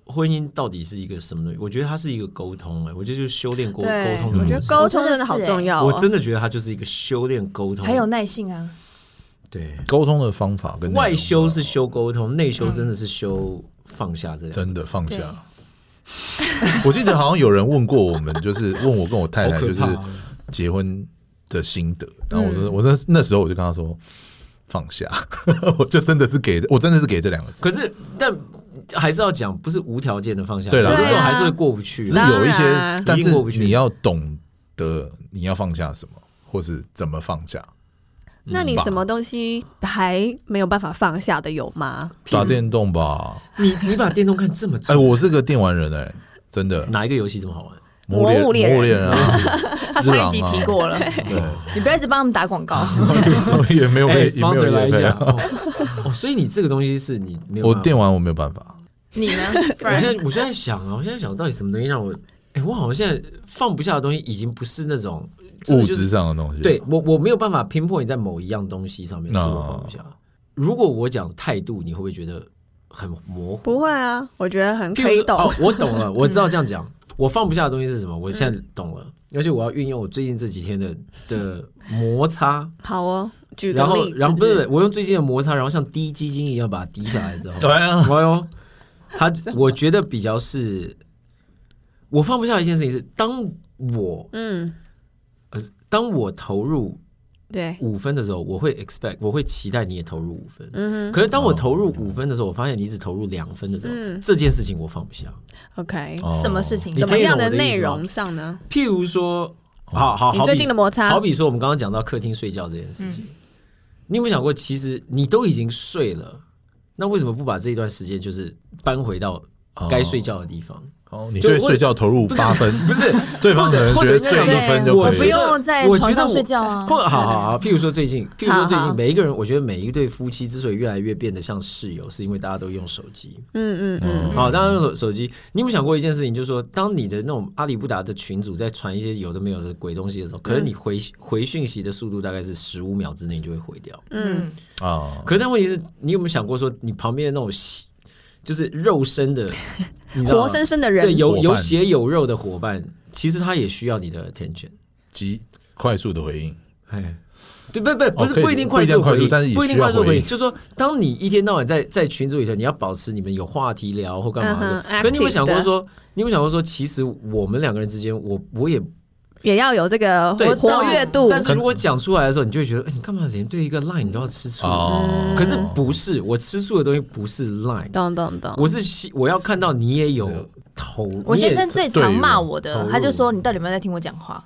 Speaker 5: 婚姻到底是一个什么东西？我觉得它是一个沟通，哎，我觉得就是修炼沟沟
Speaker 4: 对，
Speaker 5: 通的
Speaker 4: 我
Speaker 5: 过
Speaker 4: 觉得
Speaker 5: 程。
Speaker 4: 沟通真的好重要、哦。
Speaker 5: 我真的觉得它就是一个修炼沟通，
Speaker 3: 啊还有耐性啊，
Speaker 5: 对
Speaker 6: 沟通的方法跟内容
Speaker 5: 外修是修沟通，内修真的是修放下这两个。
Speaker 6: 真的放
Speaker 3: 对
Speaker 6: 下。 我记得好像有人问过我们，就是问我跟我太
Speaker 5: 好
Speaker 6: 太，就
Speaker 5: 可
Speaker 6: 是
Speaker 5: 怕啊！
Speaker 6: 结婚的心得。然后我说，我那那时候我就跟他说放下， 我就真的是给，我真的是给这两个字。
Speaker 5: 可是，但还是要讲，不是无条件的放下。
Speaker 6: 对啦
Speaker 5: 有时
Speaker 4: 对
Speaker 5: 候
Speaker 4: 啊
Speaker 5: 还是会过不去
Speaker 6: 只。是有一
Speaker 4: 当
Speaker 6: 些
Speaker 4: 然，
Speaker 6: 但
Speaker 5: 一
Speaker 6: 是
Speaker 5: 定过不去
Speaker 6: 你要懂得你要放下什么，或是怎么放下。
Speaker 5: 嗯
Speaker 4: 那你什么东西还没有办法放下的有吗？
Speaker 6: 打电动吧，
Speaker 5: 你你把电动看这么
Speaker 6: 哎，
Speaker 5: 重，
Speaker 6: 我是个电玩人哎、真的。
Speaker 5: 哪一个游戏这么好玩？
Speaker 6: 魔猎
Speaker 4: 魔物猎人
Speaker 6: 魔物猎人啊，
Speaker 3: 他
Speaker 6: 只
Speaker 3: 上
Speaker 6: 狼
Speaker 3: 一
Speaker 6: 啊
Speaker 3: 集提，过了，
Speaker 6: 对，
Speaker 3: 你不要一直帮他们打广 告。
Speaker 6: 所以也没有
Speaker 5: 哎
Speaker 6: 被也没有
Speaker 5: ，sponsor 来
Speaker 6: 业
Speaker 5: 一
Speaker 6: 配
Speaker 5: 下
Speaker 6: 啊。
Speaker 5: 哦，哦 所以你这个东西是你没有
Speaker 6: 我
Speaker 5: 办法
Speaker 6: 电玩我没有办法，
Speaker 3: 你呢？
Speaker 5: 我现在我现在想啊，我现在想到底什么东西让我，哎、我好像现在放不下的东西已经不是那种真的
Speaker 6: 物
Speaker 5: 就
Speaker 6: 质
Speaker 5: 是
Speaker 6: 上的东西。
Speaker 5: 对，我我没有办法 pinpoint 在某一样东西上面是
Speaker 6: 那
Speaker 5: 我放不下。如果我讲态度，你会不会觉得很模糊？
Speaker 4: 不会啊，我觉得很
Speaker 5: 譬如
Speaker 4: 可以
Speaker 5: 说
Speaker 4: 懂
Speaker 5: 哦。，我懂 了，我知道这样讲，我放不下的东西是什么？我现在懂
Speaker 4: 嗯
Speaker 5: 了，而且我要运用我最近这几天的的摩擦，
Speaker 4: 好哦，举个
Speaker 5: 然后
Speaker 4: 例子，
Speaker 5: 然后不
Speaker 4: 就是
Speaker 5: 我用最近的摩擦，然后像滴鸡精一样把它滴下来之 后，
Speaker 6: 对啊，
Speaker 5: 哎呦，他我觉得比较是，我放不下一件事情是，当我呃
Speaker 4: 嗯，
Speaker 5: 当我投入
Speaker 4: 对，
Speaker 5: 五分的时候，我会 expect，我会期待你也投入五分。
Speaker 4: 嗯
Speaker 5: 可是当我投入五分的时候，我发现你只投入两分的时候，
Speaker 4: 嗯
Speaker 5: 这件事情我放不下。
Speaker 4: 哼，OK，
Speaker 6: 哦
Speaker 3: 什么事？情？
Speaker 5: 你
Speaker 4: 怎么
Speaker 5: 听得
Speaker 4: 样
Speaker 5: 懂我的意
Speaker 4: 内
Speaker 5: 思吗
Speaker 4: 容上呢？
Speaker 5: 譬如说，好好
Speaker 4: 你
Speaker 5: 好
Speaker 4: 最
Speaker 5: 比
Speaker 4: 近的摩擦
Speaker 5: 好，比说我们刚刚讲到客厅睡觉这件事情，你有没有想过，其实你都已经睡了，那为什么不把这一段时间就是搬回到该睡觉的地方？
Speaker 6: 哦，你
Speaker 5: 就
Speaker 6: 对
Speaker 5: 我
Speaker 6: 睡觉投入八分，
Speaker 5: 不是，啊
Speaker 6: 对方可能觉得睡一分就
Speaker 5: 我
Speaker 6: 可
Speaker 5: 觉
Speaker 6: 以
Speaker 5: 得
Speaker 6: 了。
Speaker 1: 用在
Speaker 5: 我
Speaker 1: 床
Speaker 5: 觉得
Speaker 1: 上
Speaker 5: 我
Speaker 1: 睡觉啊
Speaker 5: 或好好好，譬如说最近，譬如说最
Speaker 4: 好
Speaker 5: 近
Speaker 4: 好
Speaker 5: 每一个人，我觉得每一对夫妻之所以越来越变得像室友，是因为大家都用手机。
Speaker 4: 嗯嗯嗯，
Speaker 5: 好，当然用手手机，你有没有想过一件事情，就是说，当你的那种阿里不达的群主在传一些有的没有的鬼东西的时候，可
Speaker 4: 嗯
Speaker 5: 是你回回讯息的速度大概是十五秒之内你就会回掉。
Speaker 4: 嗯，
Speaker 6: 啊，
Speaker 5: 可是但问题是你有没有想过说，你旁边的那种血就是肉 身的，你知道吗
Speaker 4: 活生生的
Speaker 5: 对
Speaker 4: 人，
Speaker 5: 有有
Speaker 6: 伙伴
Speaker 5: 血有肉的伙伴，其实他也需要你的 attention。
Speaker 6: 极快速的回应，
Speaker 5: 哎，对，不不不是
Speaker 6: 哦可以
Speaker 5: 不一定快
Speaker 6: 不一定快
Speaker 5: 回
Speaker 6: 速
Speaker 5: 应，
Speaker 6: 但是也
Speaker 5: 不一定
Speaker 6: 需要
Speaker 5: 快速
Speaker 6: 回
Speaker 5: 回
Speaker 6: 应
Speaker 5: 应。就是说，当你一天到晚在在群组里头，你要保持你们有话题聊或干嘛的
Speaker 4: 嗯。哼
Speaker 5: 可你有没有想过
Speaker 4: active
Speaker 5: 说，你有没有想过说，其实我们两个人之间，我我也
Speaker 4: 也要有这个
Speaker 5: 对
Speaker 4: 活活跃度，
Speaker 5: 但是
Speaker 3: 嗯
Speaker 5: 如果讲出来的时候，你就会觉得，哎你干嘛连对一个 line 你都要吃醋？
Speaker 3: 嗯
Speaker 6: 哦
Speaker 5: 可是不是，我吃醋的东西不是 line，
Speaker 4: 懂懂懂，
Speaker 5: 我是希我要看到你也有投，
Speaker 3: 我
Speaker 5: 你也
Speaker 3: 先生最常骂我的
Speaker 5: 投，入嗯
Speaker 3: 他就说：“你到底有没有在听我讲话？”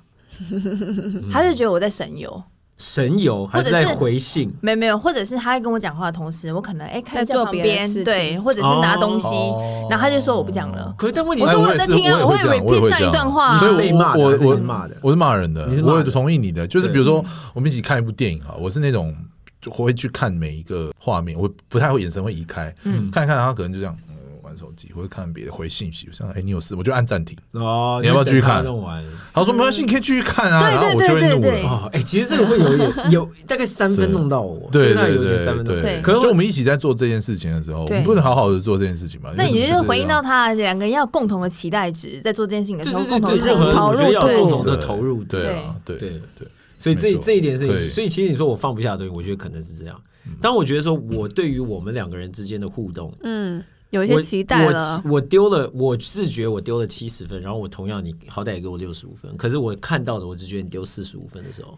Speaker 3: 他就觉得我在省油，
Speaker 5: 神游还
Speaker 3: 或者
Speaker 5: 是在
Speaker 3: 是
Speaker 5: 回信？
Speaker 3: 没有没有，或者是他在跟我讲话的同时，我可能哎看一下
Speaker 4: 在做
Speaker 3: 旁
Speaker 4: 别的事
Speaker 3: 边，
Speaker 4: 情
Speaker 3: 对，或者是拿东西
Speaker 6: 哦，
Speaker 3: 然后他就说我不讲了。
Speaker 5: 可是但问题
Speaker 3: 我
Speaker 6: 哎
Speaker 5: 是
Speaker 3: 说
Speaker 6: 我也
Speaker 3: 有在
Speaker 6: 是
Speaker 3: 听啊，
Speaker 6: 我也
Speaker 3: 我
Speaker 6: 会这样我也
Speaker 3: repeat
Speaker 6: 会
Speaker 3: 上
Speaker 6: 这
Speaker 3: 一
Speaker 6: 样
Speaker 3: 段话啊，
Speaker 5: 所以
Speaker 6: 我
Speaker 5: 被骂的
Speaker 6: 我
Speaker 5: 还是
Speaker 6: 我
Speaker 5: 被骂的
Speaker 6: 我是骂人的
Speaker 5: 你是，骂人
Speaker 6: 我也同意你的。就是
Speaker 5: 对
Speaker 6: 比如说，我们一起看一部电影啊，我是那种就会去看每一个画面，我不太会眼神会移开，看一看他可能就这样。嗯玩手机或者看别的回信息，我想哎、你有事我就按暂停。
Speaker 5: 哦，
Speaker 6: 你要不要继续看
Speaker 5: 弄完？
Speaker 6: 他说没关系，你可以继续看啊，
Speaker 3: 对
Speaker 6: 然后我就会
Speaker 3: 对对
Speaker 6: 怒
Speaker 3: 对
Speaker 6: 了。
Speaker 5: 哦，哎、其实这个会有点有大概三分弄到我，
Speaker 6: 对
Speaker 5: 真的
Speaker 6: 对
Speaker 5: 有点
Speaker 6: 对
Speaker 5: 三分
Speaker 6: 对
Speaker 5: 弄。
Speaker 3: 对
Speaker 5: 可是
Speaker 6: 就
Speaker 5: 我
Speaker 6: 我们一起在做这件事情的时候，我
Speaker 3: 对
Speaker 6: 们不能好好的做这件事情嘛？
Speaker 3: 那你
Speaker 6: 就
Speaker 3: 就是回应到他两个人要有共同的期待值，在做这件事情的
Speaker 5: 对
Speaker 3: 时候
Speaker 5: 对对
Speaker 3: 共同
Speaker 5: 对，
Speaker 3: 的
Speaker 5: 任何人
Speaker 4: 投
Speaker 5: 我
Speaker 4: 入
Speaker 5: 觉得要有共
Speaker 4: 度
Speaker 5: 同的投入，
Speaker 6: 对啊，对
Speaker 5: 对
Speaker 6: 对，
Speaker 5: 所以这
Speaker 6: 没错
Speaker 5: 这一点是
Speaker 6: 对，
Speaker 5: 所以其实你说我放不下的东西，我觉得可能是这样。但我觉得说，我对于我们两个人之间的互动，
Speaker 4: 嗯，有
Speaker 5: 有
Speaker 4: 一些期待了，
Speaker 5: 我我丢了，我自觉我丢了七十分，然后我同样你好歹也给我六十五分，可是我看到的，我只觉得你丢四十五分的时候，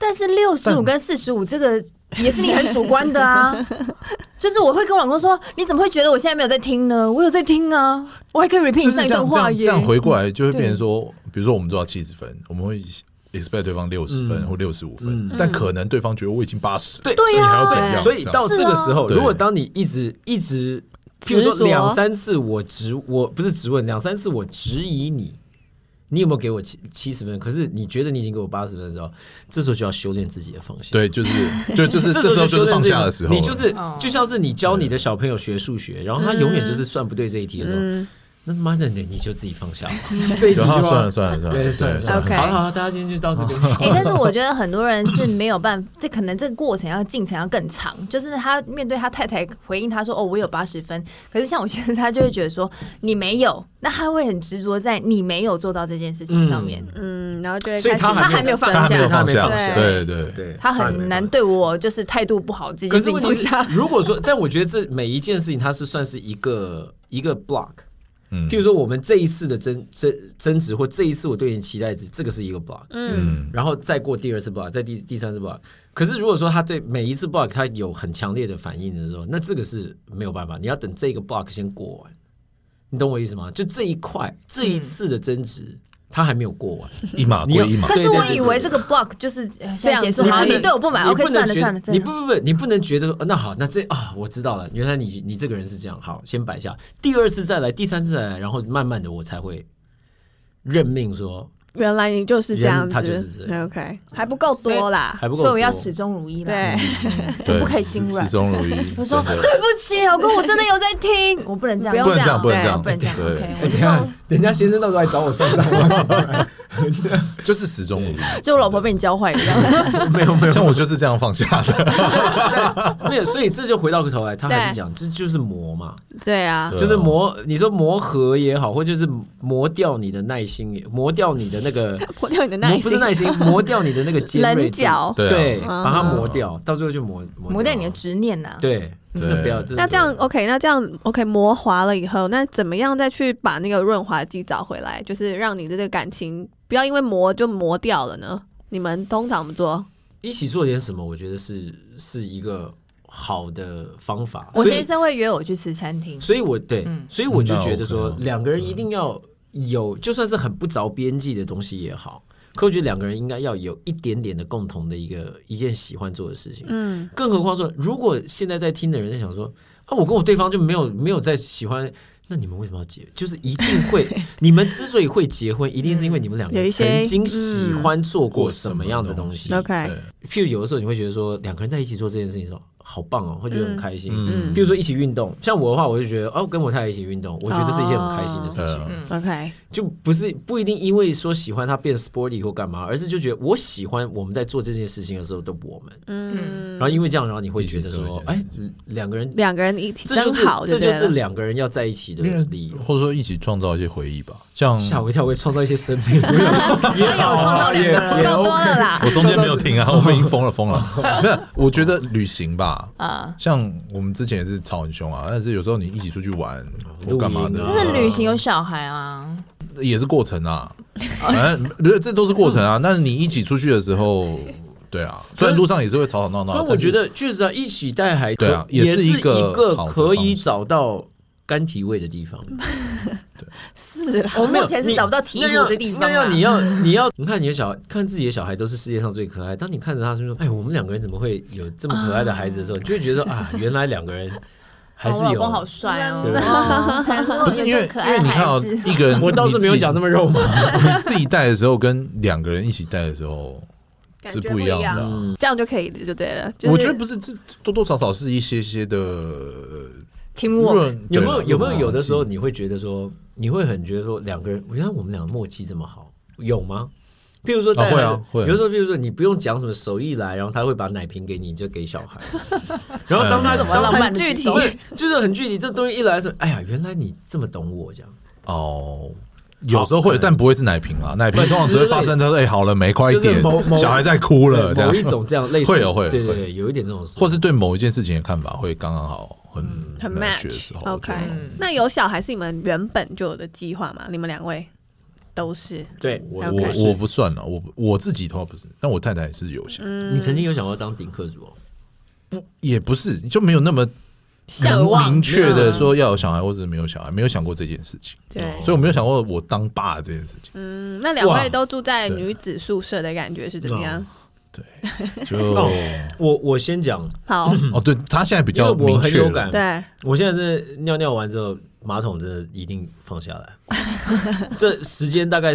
Speaker 3: 但是六十五跟四十五这个也是你很主观的 啊，就是我会跟我老公说，你怎么会觉得我现在没有在听呢？我有在听啊，我还可以
Speaker 6: 就
Speaker 3: repeat
Speaker 6: 是
Speaker 3: 上
Speaker 6: 这
Speaker 3: 一
Speaker 6: 样
Speaker 3: 段
Speaker 6: 这
Speaker 3: 话
Speaker 6: 样这
Speaker 3: 耶。
Speaker 6: 样回过来就会变成说，比如说我们做到七十分，我们会 expect 对方六十分
Speaker 5: 嗯
Speaker 6: 或六十五分
Speaker 5: 嗯，
Speaker 6: 但可能对方觉得我已经八十，
Speaker 3: 啊
Speaker 5: 对啊
Speaker 6: 所以你还要怎样？
Speaker 5: 所以到
Speaker 3: 是
Speaker 5: 这个时候，
Speaker 6: 嗯对
Speaker 5: 如果当你一直一直，譬如
Speaker 4: 执
Speaker 5: 说
Speaker 4: 着
Speaker 5: 两三次我质我不是质问，两三次我质疑你，你有没有给我七七十分？可是你觉得你已经给我八十分的时候，这时候就要修炼自己的防线。
Speaker 6: 对，就是就就是这时候就
Speaker 5: 就
Speaker 6: 是
Speaker 5: 修炼
Speaker 6: 放
Speaker 5: 自己
Speaker 6: 下的时候了，
Speaker 5: 你就是
Speaker 6: 哦
Speaker 5: 就像是你教你的小朋友学数学，然后他永远就是算不对这一题的时
Speaker 6: 嗯
Speaker 5: 候，那他妈的你你就自己放下吧， 这一
Speaker 6: 对
Speaker 5: 题就
Speaker 6: 啊
Speaker 5: 好
Speaker 6: 算了算了算了，
Speaker 5: 对算了算了，
Speaker 4: OK
Speaker 5: 好了好了，大家今天就到这边。
Speaker 6: 哦
Speaker 3: 哎、但是我觉得很多人是没有办法，这可能这个过程要进程要更长。就是他面对他太太回应他说：“哦，我有八十分。”可是像我先生，他就会觉得说：“你没有。”那他会很执着在你没有做到这件事情上面，
Speaker 4: 嗯，然后就会
Speaker 5: 所以
Speaker 4: 开始
Speaker 5: 他还
Speaker 3: 他还没有放
Speaker 6: 他还没有
Speaker 3: 下
Speaker 6: 放
Speaker 5: 他还没放
Speaker 6: 下，
Speaker 4: 下
Speaker 6: 对对对，
Speaker 5: 对
Speaker 3: 他很难对我就是态度不好这
Speaker 5: 可
Speaker 3: 件事
Speaker 5: 是
Speaker 3: 情
Speaker 5: 问
Speaker 3: 放
Speaker 5: 题是
Speaker 3: 下。，
Speaker 5: 如果 说，但我觉得这每一件事情它是算是一个一个 block。
Speaker 6: 嗯
Speaker 5: 譬如说，我们这一次的争争争执，或这一次我对你的期待值，这个是一个 block，
Speaker 6: 嗯，
Speaker 5: 然后再过第二次 block，再第第三次 block。可是如果说他对每一次 block 他有很强烈的反应的时候，那这个是没有办法，你要等这个 block 先过完，你懂我意思吗？就这一块这一次的争执，他还没有过完，
Speaker 6: 一码
Speaker 5: 你要
Speaker 6: 归一码
Speaker 3: 可，是
Speaker 5: 对
Speaker 3: 我
Speaker 5: 对对
Speaker 3: 以为这个 block 就是呃现在结束，
Speaker 5: 你
Speaker 3: 好，
Speaker 5: 不能
Speaker 3: 你对我不满
Speaker 5: 你
Speaker 3: ，OK，
Speaker 5: 不能
Speaker 3: 算了
Speaker 5: 觉得
Speaker 3: 算了，算
Speaker 5: 你
Speaker 3: 了
Speaker 5: 不。不不，你不能觉得说呃那好，那这啊，我知道了，原来你你这个人是这样，好，先摆下，第二次再来，第三次再来，然后慢慢的我才会认命说
Speaker 4: 原来你就是这样
Speaker 5: 原来
Speaker 4: 子，
Speaker 5: 他就是这
Speaker 4: OK，还不够多啦，
Speaker 5: 还不
Speaker 3: 啊
Speaker 5: 够
Speaker 3: 所
Speaker 5: 多，
Speaker 3: 以我要始终如一啦。
Speaker 4: 对，
Speaker 5: 嗯
Speaker 6: 对，
Speaker 3: 不可以心软
Speaker 6: 始终如一。
Speaker 3: 我说
Speaker 6: 真的
Speaker 3: 对不起，老公，我真的有在听，我不能这样，
Speaker 4: 不
Speaker 6: 不
Speaker 4: 用
Speaker 6: 能这样，不能这
Speaker 4: 这
Speaker 6: 样，
Speaker 4: 样
Speaker 3: 不能这样。
Speaker 6: 对
Speaker 3: OK，
Speaker 5: 哎。等一下，人家先生到时候来找我算账，我怎么办
Speaker 6: 哎就是始终如一。
Speaker 3: 就我老婆被你教坏一样。
Speaker 5: 没有没有，
Speaker 6: 像我就是这样放下的，
Speaker 5: 没有，所以这就回到个头来，他还是
Speaker 4: 对
Speaker 5: 讲这就是磨嘛，
Speaker 4: 对啊，
Speaker 6: 对啊
Speaker 5: 就是磨，你说磨合也好，或就是磨掉你的耐心也，磨掉你的那个。
Speaker 4: 破掉你的耐
Speaker 5: 磨
Speaker 4: 心，啊
Speaker 5: 不是 耐心，磨掉你的那个尖锐
Speaker 4: 棱
Speaker 5: 度，
Speaker 4: 角。
Speaker 6: 对啊
Speaker 5: 对，
Speaker 4: 啊
Speaker 5: 把它磨掉，到最后就磨
Speaker 3: 磨掉你的执念呐。
Speaker 5: 对，真的
Speaker 6: 对
Speaker 5: 不要。
Speaker 4: 那这样哦 OK，那这样 OK，磨滑了以后，那怎么样再去把那个润滑剂找回来？就是让你的这个感情不要因为磨就磨掉了呢？你们通常怎么做？
Speaker 5: 一起做点什么，我觉得是是一个好的方法。
Speaker 3: 我
Speaker 5: 所
Speaker 3: 先
Speaker 5: 以，
Speaker 3: 生会约我去吃餐厅，
Speaker 5: 所以我对
Speaker 3: 嗯，
Speaker 5: 所以嗯我就觉得
Speaker 6: 那
Speaker 5: 说，
Speaker 6: OK，OK，
Speaker 5: 两个人一定要有，就算是很不着边际的东西也好，可我觉得两个人应该要有一点点的共同的一个一件喜欢做的事情。
Speaker 4: 嗯，
Speaker 5: 更何况说，如果现在在听的人在想说，啊，我跟我对方就没有没有在喜欢，那你们为什么要结？就是一定 会，你们之所以会结婚，一定是因为你们两个
Speaker 4: 有
Speaker 5: 人
Speaker 4: 一些嗯
Speaker 5: 曾经喜欢做过什么样的东西。
Speaker 4: OK，
Speaker 6: 对
Speaker 5: 譬如有的时候你会觉得说，两个人在一起做这件事情的时候，好棒哦，会觉得很开心。
Speaker 6: 嗯
Speaker 5: 譬如说一起运动，像我的话，我就觉得哦，跟我太太一起运动，我觉得是一件很开心的事情，
Speaker 6: 嗯
Speaker 4: OK，
Speaker 5: 就不是不一定因为说喜欢他变 sporty 或干嘛，而是就觉得我喜欢我们在做这件事情的时候的我们。
Speaker 4: 嗯
Speaker 5: 然，后因为这样，然后你会觉得
Speaker 6: 一起做
Speaker 5: 说
Speaker 6: 一，件
Speaker 5: 哎，两个人，
Speaker 4: 两个人一起
Speaker 5: 这就
Speaker 4: 真
Speaker 5: 是
Speaker 4: 好，
Speaker 5: 这
Speaker 4: 对
Speaker 5: 就
Speaker 4: 了
Speaker 5: 是两个人要在一起的
Speaker 6: 因为
Speaker 5: 理由。
Speaker 6: 或者说一起创造一些回忆吧。像
Speaker 5: 吓我一跳，会创造一些生命，我有也好
Speaker 3: 哦
Speaker 5: 啊，也也
Speaker 4: 够
Speaker 5: OK
Speaker 4: 多了啦。
Speaker 6: 我中间没有停啊，我们已经疯了疯了。没有，我觉得旅行吧，
Speaker 3: 啊，
Speaker 6: 像我们之前也是吵很凶啊，但是有时候你一起出去玩或干嘛
Speaker 5: 露营
Speaker 6: 的
Speaker 5: 啊，
Speaker 3: 但是旅行有小孩啊，
Speaker 6: 也是过程啊，反正不是这都是过程啊。但是你一起出去的时候，对啊，虽然路上也是会吵吵闹闹，
Speaker 5: 所以我
Speaker 6: 但是
Speaker 5: 觉得确实啊，一起带孩子
Speaker 6: 对啊
Speaker 5: 也
Speaker 6: 也是
Speaker 5: 一
Speaker 6: 一个好的
Speaker 5: 可以
Speaker 6: 方式
Speaker 5: 找到甘提味的地方。
Speaker 4: 是啦，
Speaker 3: 我目前是找不到提
Speaker 5: 那
Speaker 3: 我
Speaker 5: 要
Speaker 3: 的地方
Speaker 5: 那要
Speaker 3: 啊
Speaker 5: 你。要你要，你看你的小孩，看自己的小孩都是世界上最可爱。当你看着他就说：“哎，我们两个人怎么会有这么可爱的孩子？”的时候，你就会觉得说啊，原来两个人还是
Speaker 3: 我老
Speaker 5: 有
Speaker 3: 公。好帅哦
Speaker 5: 对不对
Speaker 3: 哦，才能
Speaker 6: 不是因为
Speaker 3: 可
Speaker 6: 因
Speaker 3: 爱
Speaker 6: 为
Speaker 3: 的
Speaker 6: 你看
Speaker 3: 孩
Speaker 6: 哦
Speaker 3: 子，
Speaker 6: 一个人
Speaker 5: 我倒是没有讲 那
Speaker 6: 么
Speaker 5: 么肉麻，
Speaker 6: 自己带的时候跟两个人一起带的时候是不一样的啊。
Speaker 5: 嗯
Speaker 4: 这样就可以就对了。就是、
Speaker 6: 我觉得不是，这多多少少是一些些的呃
Speaker 3: 听我
Speaker 6: 润。
Speaker 5: 有没有
Speaker 6: 对啊
Speaker 5: 有没有有的时候
Speaker 6: 润
Speaker 5: 你会觉得说，你会很觉得说两个人，原来我们俩默契这么好，有吗？譬如说带
Speaker 6: 啊
Speaker 5: 孩子，
Speaker 6: 会啊会啊
Speaker 5: 有的时候，譬如说你不用讲什么手艺来，然后他会把奶瓶给你，你就给小孩。然后当 他
Speaker 6: 这是
Speaker 5: 当
Speaker 6: 什么
Speaker 5: 他
Speaker 3: 浪漫
Speaker 4: 很
Speaker 3: 的
Speaker 4: 具
Speaker 3: 举
Speaker 4: 体
Speaker 3: 动
Speaker 5: 不是就是很具体，这东西一来的时候，哎呀，原来你这么懂我这样。
Speaker 6: 滑剂哦。有时候
Speaker 5: 哦
Speaker 6: 会，但不会是奶瓶啊，奶瓶通常只会发生在说：“哎，好了没，快一
Speaker 5: 就是
Speaker 6: 点
Speaker 5: 某某，
Speaker 6: 小孩在哭了。”这
Speaker 5: 对
Speaker 6: 样
Speaker 5: 某一种这样类似，
Speaker 6: 会有会有
Speaker 5: 对对
Speaker 6: 会
Speaker 5: 对，有一点这种事，
Speaker 6: 或是对某一件事情的看法会刚刚好，很
Speaker 4: 很
Speaker 6: 很 match 的时
Speaker 4: match 嗯
Speaker 6: 候。我
Speaker 4: OK，、
Speaker 6: 觉
Speaker 5: 嗯
Speaker 6: 得
Speaker 4: 那有小孩是你们原本就有的计划吗？你们两位都是
Speaker 5: 对我
Speaker 4: OK
Speaker 6: 我我不算了，我不我自己的话不是，但我太太是有想，
Speaker 3: 嗯
Speaker 5: 你曾经有想过当顶客主哦？
Speaker 6: 也不是就没有那么
Speaker 3: 向往
Speaker 6: 明确的说要有小孩或者没有小孩，没有想过这件事情，
Speaker 4: 对。
Speaker 6: 所以我没有想过我当爸的这件事情。
Speaker 4: 嗯，那两
Speaker 5: 哇
Speaker 4: 位都住在女子宿舍的感觉是怎么样？
Speaker 6: 对，就
Speaker 5: 哦我我先讲，
Speaker 4: 好，
Speaker 6: 哦，对他现在比
Speaker 5: 因为
Speaker 6: 较
Speaker 5: 我
Speaker 6: 明
Speaker 5: 很
Speaker 6: 确
Speaker 5: 有
Speaker 6: 了，
Speaker 5: 感，
Speaker 4: 对，
Speaker 5: 我现在是尿尿完之后，马桶真的一定放 下来。这时间大概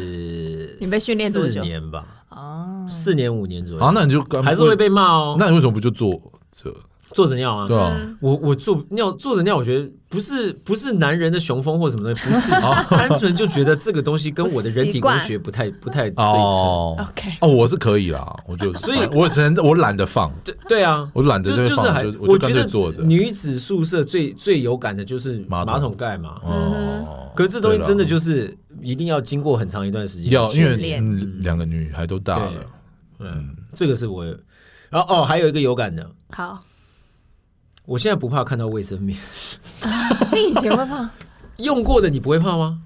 Speaker 5: 是
Speaker 3: 你被训练多
Speaker 5: 四
Speaker 3: 久
Speaker 5: 年吧，
Speaker 3: 哦，
Speaker 5: 四年五年左右
Speaker 6: 啊，那你就干
Speaker 5: 还是会，被骂哦。
Speaker 6: 那你为什么不就坐着？
Speaker 5: 坐着尿啊，
Speaker 6: 对啊，
Speaker 4: 嗯
Speaker 5: 我我坐尿坐着尿，我觉得不是不是男人的雄风或什么东西，不是，
Speaker 6: 哦
Speaker 5: 单纯就觉得这个东西跟我的人体工学不太不太对称。
Speaker 6: 哦
Speaker 4: OK
Speaker 6: 哦，我是可以啦，我就
Speaker 5: 所以
Speaker 6: 我只能我懒得放，
Speaker 5: 对对啊，
Speaker 6: 我懒得
Speaker 5: 就
Speaker 6: 就
Speaker 5: 就是
Speaker 6: 放，
Speaker 5: 还
Speaker 6: 我就
Speaker 5: 我
Speaker 6: 就干
Speaker 5: 觉
Speaker 6: 脆
Speaker 5: 得
Speaker 6: 坐着。
Speaker 5: 女子宿舍最最有感的就是
Speaker 6: 马桶
Speaker 5: 马桶盖嘛。
Speaker 6: 哦，
Speaker 5: 可是这东西
Speaker 6: 对啦
Speaker 5: 真的就是一定要经过很长一段时间的
Speaker 6: 要
Speaker 5: 训
Speaker 6: 因为
Speaker 5: 练，
Speaker 3: 练
Speaker 6: 嗯两个女孩都大了，
Speaker 5: 嗯，这个是我。然后哦，还有一个有感的，
Speaker 4: 好，
Speaker 5: 我现在不怕看到卫生棉，
Speaker 3: 你以前会怕？
Speaker 5: 用过的你不会怕吗？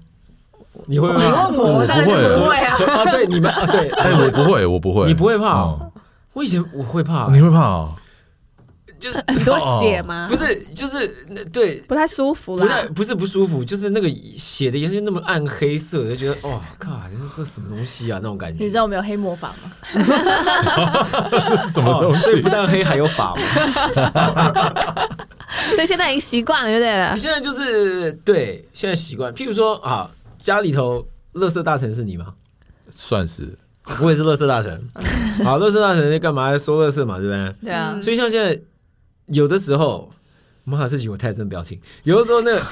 Speaker 5: 你会
Speaker 3: 你
Speaker 5: 不会怕？
Speaker 3: 问我，我当然是
Speaker 6: 我不
Speaker 3: 不会
Speaker 6: 会
Speaker 3: 啊。
Speaker 5: 啊，对你们啊，对，
Speaker 6: 哎，我不会，我不 会，
Speaker 5: 你不会怕
Speaker 6: 哦
Speaker 5: 哦？我以前我会怕，啊
Speaker 6: 你会怕 哦？
Speaker 5: 就是
Speaker 4: 很多血吗？
Speaker 5: 不是就是那对，
Speaker 4: 不太舒服
Speaker 5: 不
Speaker 4: 啦
Speaker 5: 太。不是不舒服，就是那个血的颜色那么暗黑色，就觉得哦，靠，这这什么东西啊？那种感觉，
Speaker 3: 你知道我们有黑魔法吗？
Speaker 6: 什么东
Speaker 5: 哦所以
Speaker 6: 西
Speaker 5: 不？但黑，还有法嘛。
Speaker 4: 所以现在已经习惯了，对不对了
Speaker 5: 你？现在就是对，现在习惯，譬如说啊，家里头乐色大臣是你吗？
Speaker 6: 算是
Speaker 5: 我也是乐色 大神。好，乐色大神在干嘛？收乐色嘛，对不对？
Speaker 3: 对
Speaker 4: 嗯
Speaker 3: 啊，
Speaker 5: 所以像现在有的时候，妈的事情我太真不要听。有的时候那个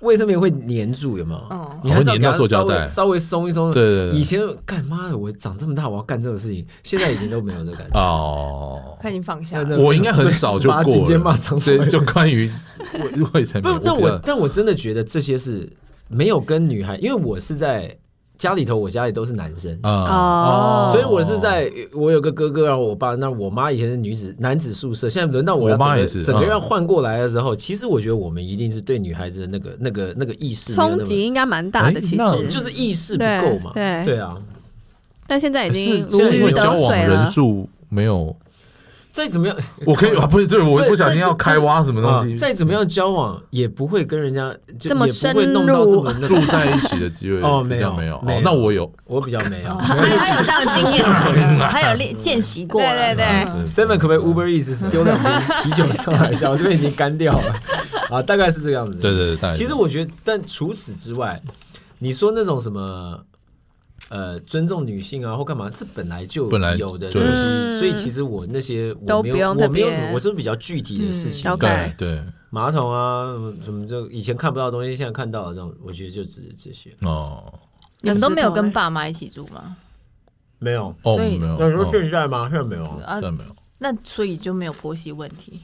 Speaker 5: 卫生棉会粘住，有没有
Speaker 3: 嗯？
Speaker 5: 你还是要
Speaker 6: 哦
Speaker 5: 给
Speaker 6: 粘
Speaker 5: 它
Speaker 6: 到塑胶
Speaker 5: 稍微
Speaker 6: 袋
Speaker 5: 稍微松一松。
Speaker 6: 对对对
Speaker 5: 以前干妈的，我长这么大我要干这种事情，现在已经都没有这个 感觉。
Speaker 6: 哦。
Speaker 3: 快点放下
Speaker 5: 那。这
Speaker 6: 我应该很早就
Speaker 5: 所以18
Speaker 6: 过
Speaker 5: 禁见骂长
Speaker 6: 了，所以就关于 卫卫生
Speaker 5: 不
Speaker 6: 棉，
Speaker 5: 是，但
Speaker 6: 比较
Speaker 5: 我但我真的觉得这些是没有跟女孩，因为我是在家里头，我家里都是男生，
Speaker 6: 啊
Speaker 4: 哦
Speaker 5: 所以我是在我有个哥哥，然后我爸，那我妈以前是女子男子宿舍，现在轮到我要
Speaker 6: 我妈
Speaker 5: 整个
Speaker 6: 也是
Speaker 5: 整个
Speaker 6: 嗯
Speaker 5: 要换过来的时候，其实我觉得我们一定是对女孩子的那个那个那个意识没有那
Speaker 4: 冲
Speaker 5: 么
Speaker 4: 击应该蛮大的，
Speaker 6: 哎
Speaker 4: 其
Speaker 6: 那
Speaker 4: 实
Speaker 5: 就是意识不够嘛，
Speaker 4: 对对
Speaker 5: 啊，
Speaker 4: 但现在已
Speaker 6: 可是
Speaker 4: 经如
Speaker 6: 现在因
Speaker 4: 鱼
Speaker 6: 为
Speaker 4: 得
Speaker 6: 交往
Speaker 4: 水
Speaker 6: 人
Speaker 4: 了。
Speaker 6: 数没有，
Speaker 5: 再怎么样，
Speaker 6: 我可以啊，不是对我
Speaker 5: 对
Speaker 6: 不小
Speaker 5: 这
Speaker 6: 心要
Speaker 5: 这
Speaker 6: 开挖什么东西，
Speaker 5: 再怎么样交往也不会跟人家就
Speaker 4: 这么
Speaker 5: 也不会弄
Speaker 4: 深
Speaker 5: 到
Speaker 4: 入
Speaker 5: 这么那
Speaker 6: 住
Speaker 5: 个，
Speaker 6: 在一起的机会
Speaker 5: 哦
Speaker 6: 比较
Speaker 5: 没
Speaker 6: 没
Speaker 5: 有
Speaker 6: 有，
Speaker 5: 没有
Speaker 6: 哦，那我有
Speaker 5: 我比较 没有。
Speaker 3: 他他有这样的经验了，他有练见习过啊
Speaker 4: 对
Speaker 3: 了。
Speaker 4: 对
Speaker 5: 哎
Speaker 6: 哦
Speaker 4: 对，
Speaker 5: Seven 可不可以 Uber Eats 丢两瓶啤酒上来？小这边已经干掉了啊，大概是这个样子。
Speaker 6: 对对对大概是，
Speaker 5: 其实我觉得，但除此之外，你说那种什么呃尊重女性啊，或干嘛，这本来就
Speaker 6: 本来
Speaker 5: 有的
Speaker 6: 就
Speaker 5: 东
Speaker 6: 有
Speaker 5: 西，所以其实我那些我
Speaker 4: 嗯都
Speaker 5: 没
Speaker 4: 不
Speaker 5: 有
Speaker 4: 用特
Speaker 5: 我没有
Speaker 4: 别
Speaker 5: 什么，我就是比较具体的事
Speaker 4: 嗯
Speaker 5: 情，
Speaker 4: 了解
Speaker 6: 对对
Speaker 5: 马桶啊什么就以前看不到的东西，现在看到了这种，我觉得就只是这些，
Speaker 6: 哦
Speaker 3: 你们都没有跟爸妈一起住吗？
Speaker 5: 没有。
Speaker 6: 哦
Speaker 3: 所以
Speaker 6: 没有，
Speaker 5: 那时候
Speaker 6: 哦
Speaker 5: 现在吗？现在没有，
Speaker 3: 啊，
Speaker 6: 但没有，
Speaker 5: 哦
Speaker 3: 那所以就没有婆媳问题，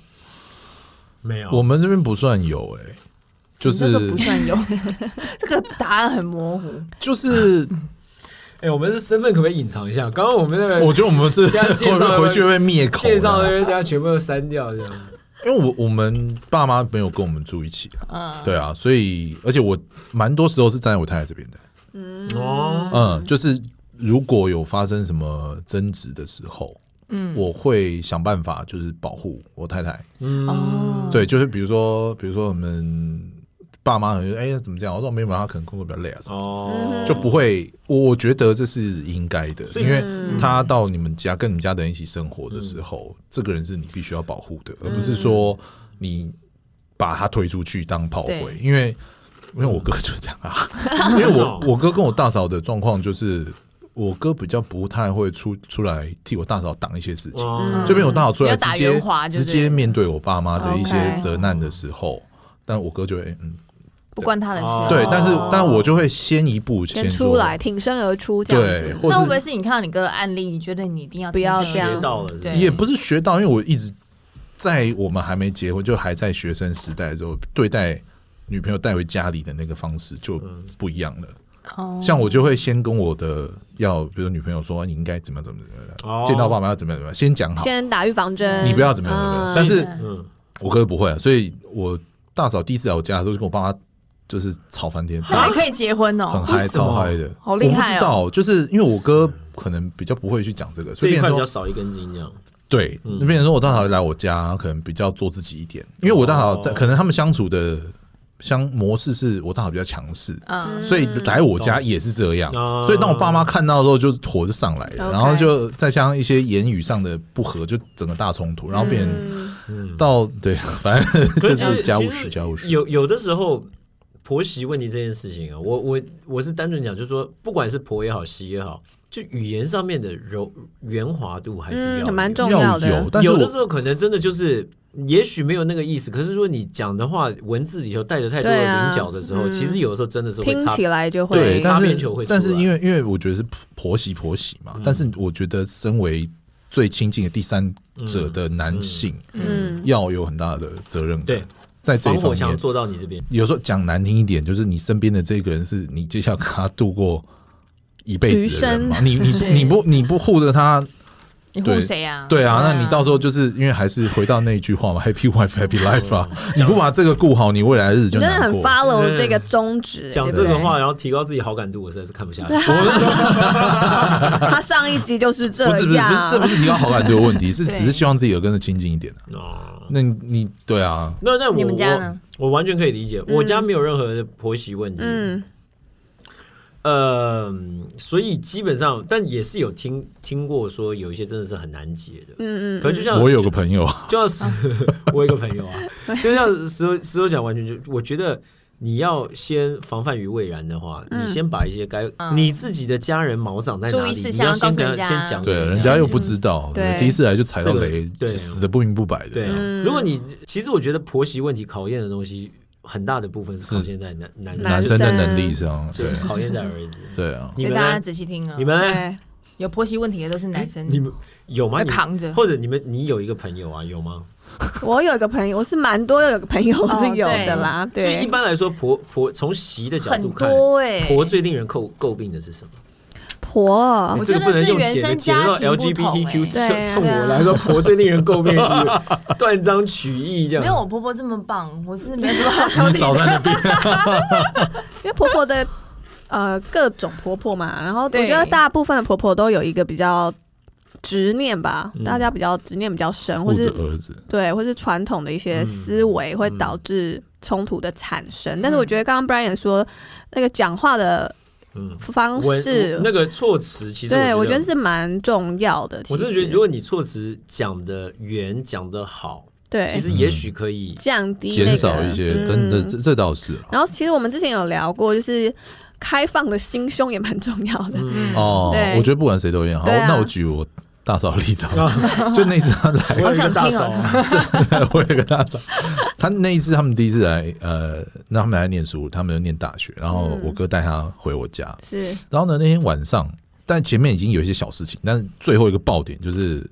Speaker 5: 没有。
Speaker 6: 哦我们这边不算有哎，就
Speaker 3: 这个
Speaker 6: 是
Speaker 3: 不算 有。这个答案很模糊，
Speaker 6: 就是，
Speaker 5: 哎，我们是身份可不可以隐藏一下？刚刚我们那个
Speaker 6: 我觉得我们 这
Speaker 5: 这样介
Speaker 6: 会
Speaker 5: 绍
Speaker 6: 不会回去会被灭口的，
Speaker 5: 介绍那些，大家全部都删掉，这样。
Speaker 6: 因为我我们爸妈没有跟我们住一起啊，对啊，所以而且我蛮多时候是站在我太太这边的，
Speaker 5: 哦，
Speaker 6: 嗯，就是如果有发生什么争执的时候，嗯，我会想办法就是保护我太太。
Speaker 5: 嗯
Speaker 4: 嗯
Speaker 3: 哦，
Speaker 6: 嗯对，就是比如说，比如说我们爸妈可能就哎、怎么这样，我说没有，他可能工作比较累啊什么。
Speaker 4: 嗯
Speaker 5: 哦，
Speaker 6: 就不会，我我觉得这是应该的，
Speaker 5: 所以
Speaker 6: 因为他到你们家跟你们家的人一起生活的时候，这个人是你必须要保护的，而不是说你把他推出去当炮灰
Speaker 3: 对，
Speaker 6: 因为因为我哥就这样啊，因为我我哥跟我大嫂的状况就是，我哥比较不太会出出来替我大嫂挡一些事情。
Speaker 4: 嗯
Speaker 5: 哦
Speaker 6: 这边我大嫂出来
Speaker 3: 要
Speaker 6: 直
Speaker 3: 打
Speaker 6: 接
Speaker 3: 圆滑就是
Speaker 6: 直接面对我爸妈的一些
Speaker 4: OK
Speaker 6: 责难的时候，但我哥就会欸嗯
Speaker 3: 不关他的事。
Speaker 6: 哦
Speaker 3: 哦
Speaker 6: 对，但是但我就会先一步
Speaker 4: 先
Speaker 6: 先
Speaker 4: 出
Speaker 6: 说
Speaker 4: 来，挺身而出这样
Speaker 6: 对，
Speaker 4: 子。
Speaker 6: 或
Speaker 3: 那会不会
Speaker 6: 是
Speaker 3: 是你看到你哥的案例，你觉得你一定要
Speaker 4: 不要
Speaker 3: 听
Speaker 4: 这样
Speaker 5: 学到了是不是，
Speaker 3: 对
Speaker 6: 也不是学到，因为我一直在我们还没结婚，就还在学生时代的时候，对待女朋友带回家里的那个方式就不一样了。
Speaker 3: 嗯哦，
Speaker 6: 像我就会先跟我的要，比如说女朋友说啊你应该怎么样怎么样怎么样，
Speaker 5: 哦
Speaker 6: 见到爸妈要怎么样怎么样，先讲好，
Speaker 4: 先打预防针，
Speaker 6: 你不要怎么样怎么
Speaker 4: 嗯
Speaker 6: 样。但是
Speaker 5: 嗯，
Speaker 6: 我哥不会、啊，所以我大嫂第一次来我家的时候就跟我爸妈就是吵 翻天，
Speaker 3: 那还可以结婚
Speaker 6: 啊很
Speaker 3: 哦，
Speaker 5: 为
Speaker 6: 嗨
Speaker 5: 什么
Speaker 6: 超嗨的，
Speaker 3: 好厉害哦
Speaker 6: 我不知道，就是因为我哥可能比较不会去讲这个，所
Speaker 5: 这
Speaker 6: 以
Speaker 5: 一
Speaker 6: 变
Speaker 5: 块
Speaker 6: 成
Speaker 5: 比较
Speaker 6: 说
Speaker 5: 少一根筋这样。
Speaker 6: 对，
Speaker 5: 嗯
Speaker 6: 那变成说我大嫂来我家可能比较做自己一点，因为我大嫂在
Speaker 5: 哦
Speaker 6: 可能他们相处的相模式是我大嫂比较强势，
Speaker 3: 嗯，
Speaker 6: 所以来我家也是这样。
Speaker 5: 懂哦
Speaker 6: 所以当我爸妈看到的时候，就火就上来了，
Speaker 4: OK
Speaker 6: 然后就再加上一些言语上的不合，就整个大冲突，然后变成
Speaker 4: 嗯
Speaker 6: 到对， 反正
Speaker 5: 嗯可呃
Speaker 6: 就是家务
Speaker 5: 其
Speaker 6: 事，
Speaker 5: 实
Speaker 6: 家务事。
Speaker 5: 有有的时候，婆媳问题这件事情啊，我我我是单纯讲，就是说，不管是婆也好，媳也好，就语言上面的柔圆滑度还是要
Speaker 4: 嗯，
Speaker 5: 有
Speaker 4: 很蛮
Speaker 5: 的
Speaker 4: 重
Speaker 6: 要
Speaker 4: 的
Speaker 6: 有，。但是
Speaker 5: 有的
Speaker 6: 我
Speaker 5: 时候可能真的就是，也许没有那个意思，可是说你讲的话，文字里头带着太多的
Speaker 4: 对啊
Speaker 5: 棱角的时候，
Speaker 4: 嗯
Speaker 5: 其实有的时候真的是会
Speaker 4: 听
Speaker 5: 差
Speaker 4: 起来就
Speaker 6: 对
Speaker 4: 会，
Speaker 5: 擦
Speaker 6: 但
Speaker 5: 边
Speaker 6: 是
Speaker 5: 球会出来嗯
Speaker 6: 但是因为因为我觉得是婆婆媳婆媳嘛，但是我觉得身为最亲近的第三者的男性，
Speaker 4: 嗯，
Speaker 6: 要有很大的责任感。
Speaker 5: 对，
Speaker 6: 在这
Speaker 5: 防
Speaker 6: 一方
Speaker 5: 火墙
Speaker 6: 面，
Speaker 5: 做到你这边。
Speaker 6: 有时候讲难听一点，就是你身边的这个人是你接下来跟他度过一辈子的人嘛？你你
Speaker 3: 对
Speaker 6: 你不你不护着他，
Speaker 3: 你护
Speaker 6: 对
Speaker 3: 谁啊？
Speaker 6: 对啊，那你到时候就是因为还是回到那一句话嘛，Happy wife, happy life 啊！你不把这个顾好，你未来的日子
Speaker 4: 你
Speaker 6: 就
Speaker 4: 真的
Speaker 6: 难
Speaker 4: 很
Speaker 6: 过。
Speaker 4: follow
Speaker 5: 嗯
Speaker 4: 这个宗旨。
Speaker 5: 讲
Speaker 4: 对不
Speaker 5: 这
Speaker 4: 对
Speaker 5: 个，话，然后提高自己好感度，我实在是看不 下去。
Speaker 4: 他上一集就是这
Speaker 6: 不是不是不是，这不
Speaker 4: 样。
Speaker 6: 是提高好感度的问题， 是只是希望自己有跟着亲近一点啊
Speaker 5: 哦，
Speaker 6: 那你你对啊，
Speaker 5: 那那我
Speaker 3: 你们家呢
Speaker 5: 我？我完全可以理解，我家没有任何的婆媳问题。
Speaker 4: 嗯，
Speaker 5: 呃，所以基本上，但也是有听听过说有一些真的是很难解的。
Speaker 4: 嗯嗯
Speaker 5: 可是就像
Speaker 6: 我有个朋友，
Speaker 5: 啊 就像石，我有一个朋友啊，就像石头石头讲，完全就我觉得你要先防范于未然的话，你先把一些该你自己的家人毛长在
Speaker 3: 嗯
Speaker 5: 哪
Speaker 3: 注意
Speaker 5: 里，
Speaker 3: 事
Speaker 5: 你
Speaker 3: 项
Speaker 5: 要先
Speaker 3: 告
Speaker 5: 跟
Speaker 3: 诉人家
Speaker 5: 先讲给
Speaker 6: 对，
Speaker 5: 人家，啊
Speaker 6: 人家又不知道，
Speaker 4: 对
Speaker 6: 第一次来就踩到雷，
Speaker 5: 这个对
Speaker 6: 死的不明不白的。
Speaker 5: 对啊，
Speaker 3: 嗯
Speaker 5: 如果你其实我觉得婆媳问题考验的东西很大的部分是考验在男男
Speaker 6: 男
Speaker 5: 生
Speaker 6: 生
Speaker 4: 男
Speaker 6: 的
Speaker 4: 生
Speaker 6: 能力上，
Speaker 5: 对
Speaker 6: 对
Speaker 5: 考验在儿子，
Speaker 6: 对啊，
Speaker 5: 你
Speaker 3: 所以
Speaker 5: 们
Speaker 3: 大家
Speaker 5: 呢
Speaker 3: 仔细听了，哦
Speaker 5: 你们呢
Speaker 4: 对，
Speaker 3: 有婆媳问题的都是
Speaker 6: 哎
Speaker 3: 男生，
Speaker 5: 你们有吗？
Speaker 3: 要
Speaker 5: 你
Speaker 3: 扛着
Speaker 5: 或者你们你有一个朋友啊，有吗？
Speaker 4: 我有一个朋友，我是蛮多有个朋友
Speaker 3: 哦
Speaker 4: 是有的啦，
Speaker 5: 所以一
Speaker 4: 对，
Speaker 5: 般来说，婆婆从媳的角
Speaker 3: 很
Speaker 5: 度看，
Speaker 3: 多哎、
Speaker 5: 婆最令人诟诟病的是什么？
Speaker 4: 婆
Speaker 5: 你
Speaker 3: 我
Speaker 5: 这个
Speaker 3: 觉得
Speaker 5: 不能
Speaker 3: 是
Speaker 5: 用
Speaker 3: 原
Speaker 5: 解的
Speaker 3: 生
Speaker 5: 解到
Speaker 3: 家庭不同
Speaker 5: LGBTQ
Speaker 3: 欸
Speaker 4: 对啊
Speaker 5: 冲冲我来说，婆最令人诟病的是断章取义这样。
Speaker 3: 没有我婆婆这么棒，我是没什么好
Speaker 6: 你少在那边，
Speaker 4: 因为婆婆的呃各种婆婆嘛，然后我
Speaker 3: 对
Speaker 4: 觉得大部分的婆婆都有一个比较执念吧，
Speaker 5: 嗯
Speaker 4: 大家比较执念比较深，或
Speaker 6: 护着
Speaker 4: 是
Speaker 6: 儿子，
Speaker 4: 对，或是传统的一些思
Speaker 5: 嗯
Speaker 4: 维会导致冲突的产生。但是我觉得刚刚 Brian 说那个讲话的
Speaker 5: 嗯，
Speaker 4: 方
Speaker 5: 文
Speaker 4: 式，
Speaker 5: 那个措辞，其实
Speaker 4: 对我
Speaker 5: 我
Speaker 4: 觉得是蛮重要的。
Speaker 5: 我真的
Speaker 4: 其
Speaker 5: 觉
Speaker 4: 实
Speaker 5: 得，如果你措辞讲的圆，讲的好，其
Speaker 4: 对
Speaker 5: 实也许可以。
Speaker 4: 降低那个
Speaker 6: 减少一些，真的
Speaker 4: 嗯
Speaker 6: 这这倒是了
Speaker 4: 然后其实我们之前有聊过，就是开放的心胸也蛮重要的。
Speaker 5: 嗯，
Speaker 6: 哦
Speaker 4: 对。
Speaker 6: 我觉得不管谁都一样。好，
Speaker 4: 对啊
Speaker 6: 那我举我大嫂的例子好了， 就那次她来
Speaker 5: 我有一个大嫂，
Speaker 6: 我有个大嫂， 他那一次他们第一次来，呃，那他们来念书，他们就念大学，然后我哥带他回我家，
Speaker 4: 是
Speaker 6: 然后呢那天晚上，但前面已经有一些小事情，但是最后一个爆点就是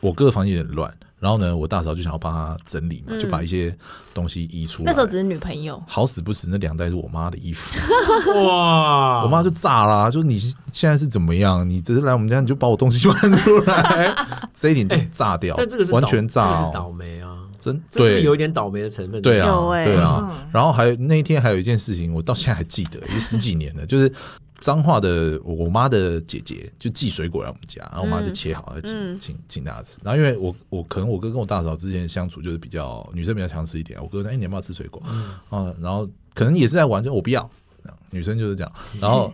Speaker 6: 我哥的房间有点乱，然后呢我大嫂就想要帮他整理嘛，
Speaker 4: 嗯
Speaker 6: 就把一些东西移出来。
Speaker 3: 那时候只是女朋友，
Speaker 6: 好死不死，那两袋是我妈的衣服，
Speaker 5: 哇，
Speaker 6: 我妈就炸啦、就你现在是怎么样？你只是来我们家，你就把我东西 搬出来，这一点就炸掉，
Speaker 5: 哎但这个是倒
Speaker 6: 完全炸、
Speaker 5: 这
Speaker 6: 哦
Speaker 5: 个是倒霉啊，
Speaker 6: 真
Speaker 5: 这是不
Speaker 6: 对
Speaker 5: 是有一点倒霉的成分。
Speaker 6: 对啊，
Speaker 4: 有欸
Speaker 6: 对啊。然后还有那一天还有一件事情，我到现在还记得， 也十几年了，就是彰化的我我妈的姐姐就寄水果来我们家，然
Speaker 4: 嗯
Speaker 6: 后我妈就切好了，请请请大家吃。然后因为我我可能我哥跟我大嫂之间相处就是比较女生比较强势一点，我哥说：“哎，你要不要吃水果？”啊，然后可能也是在玩，就我不要。这样女生就是这样，然后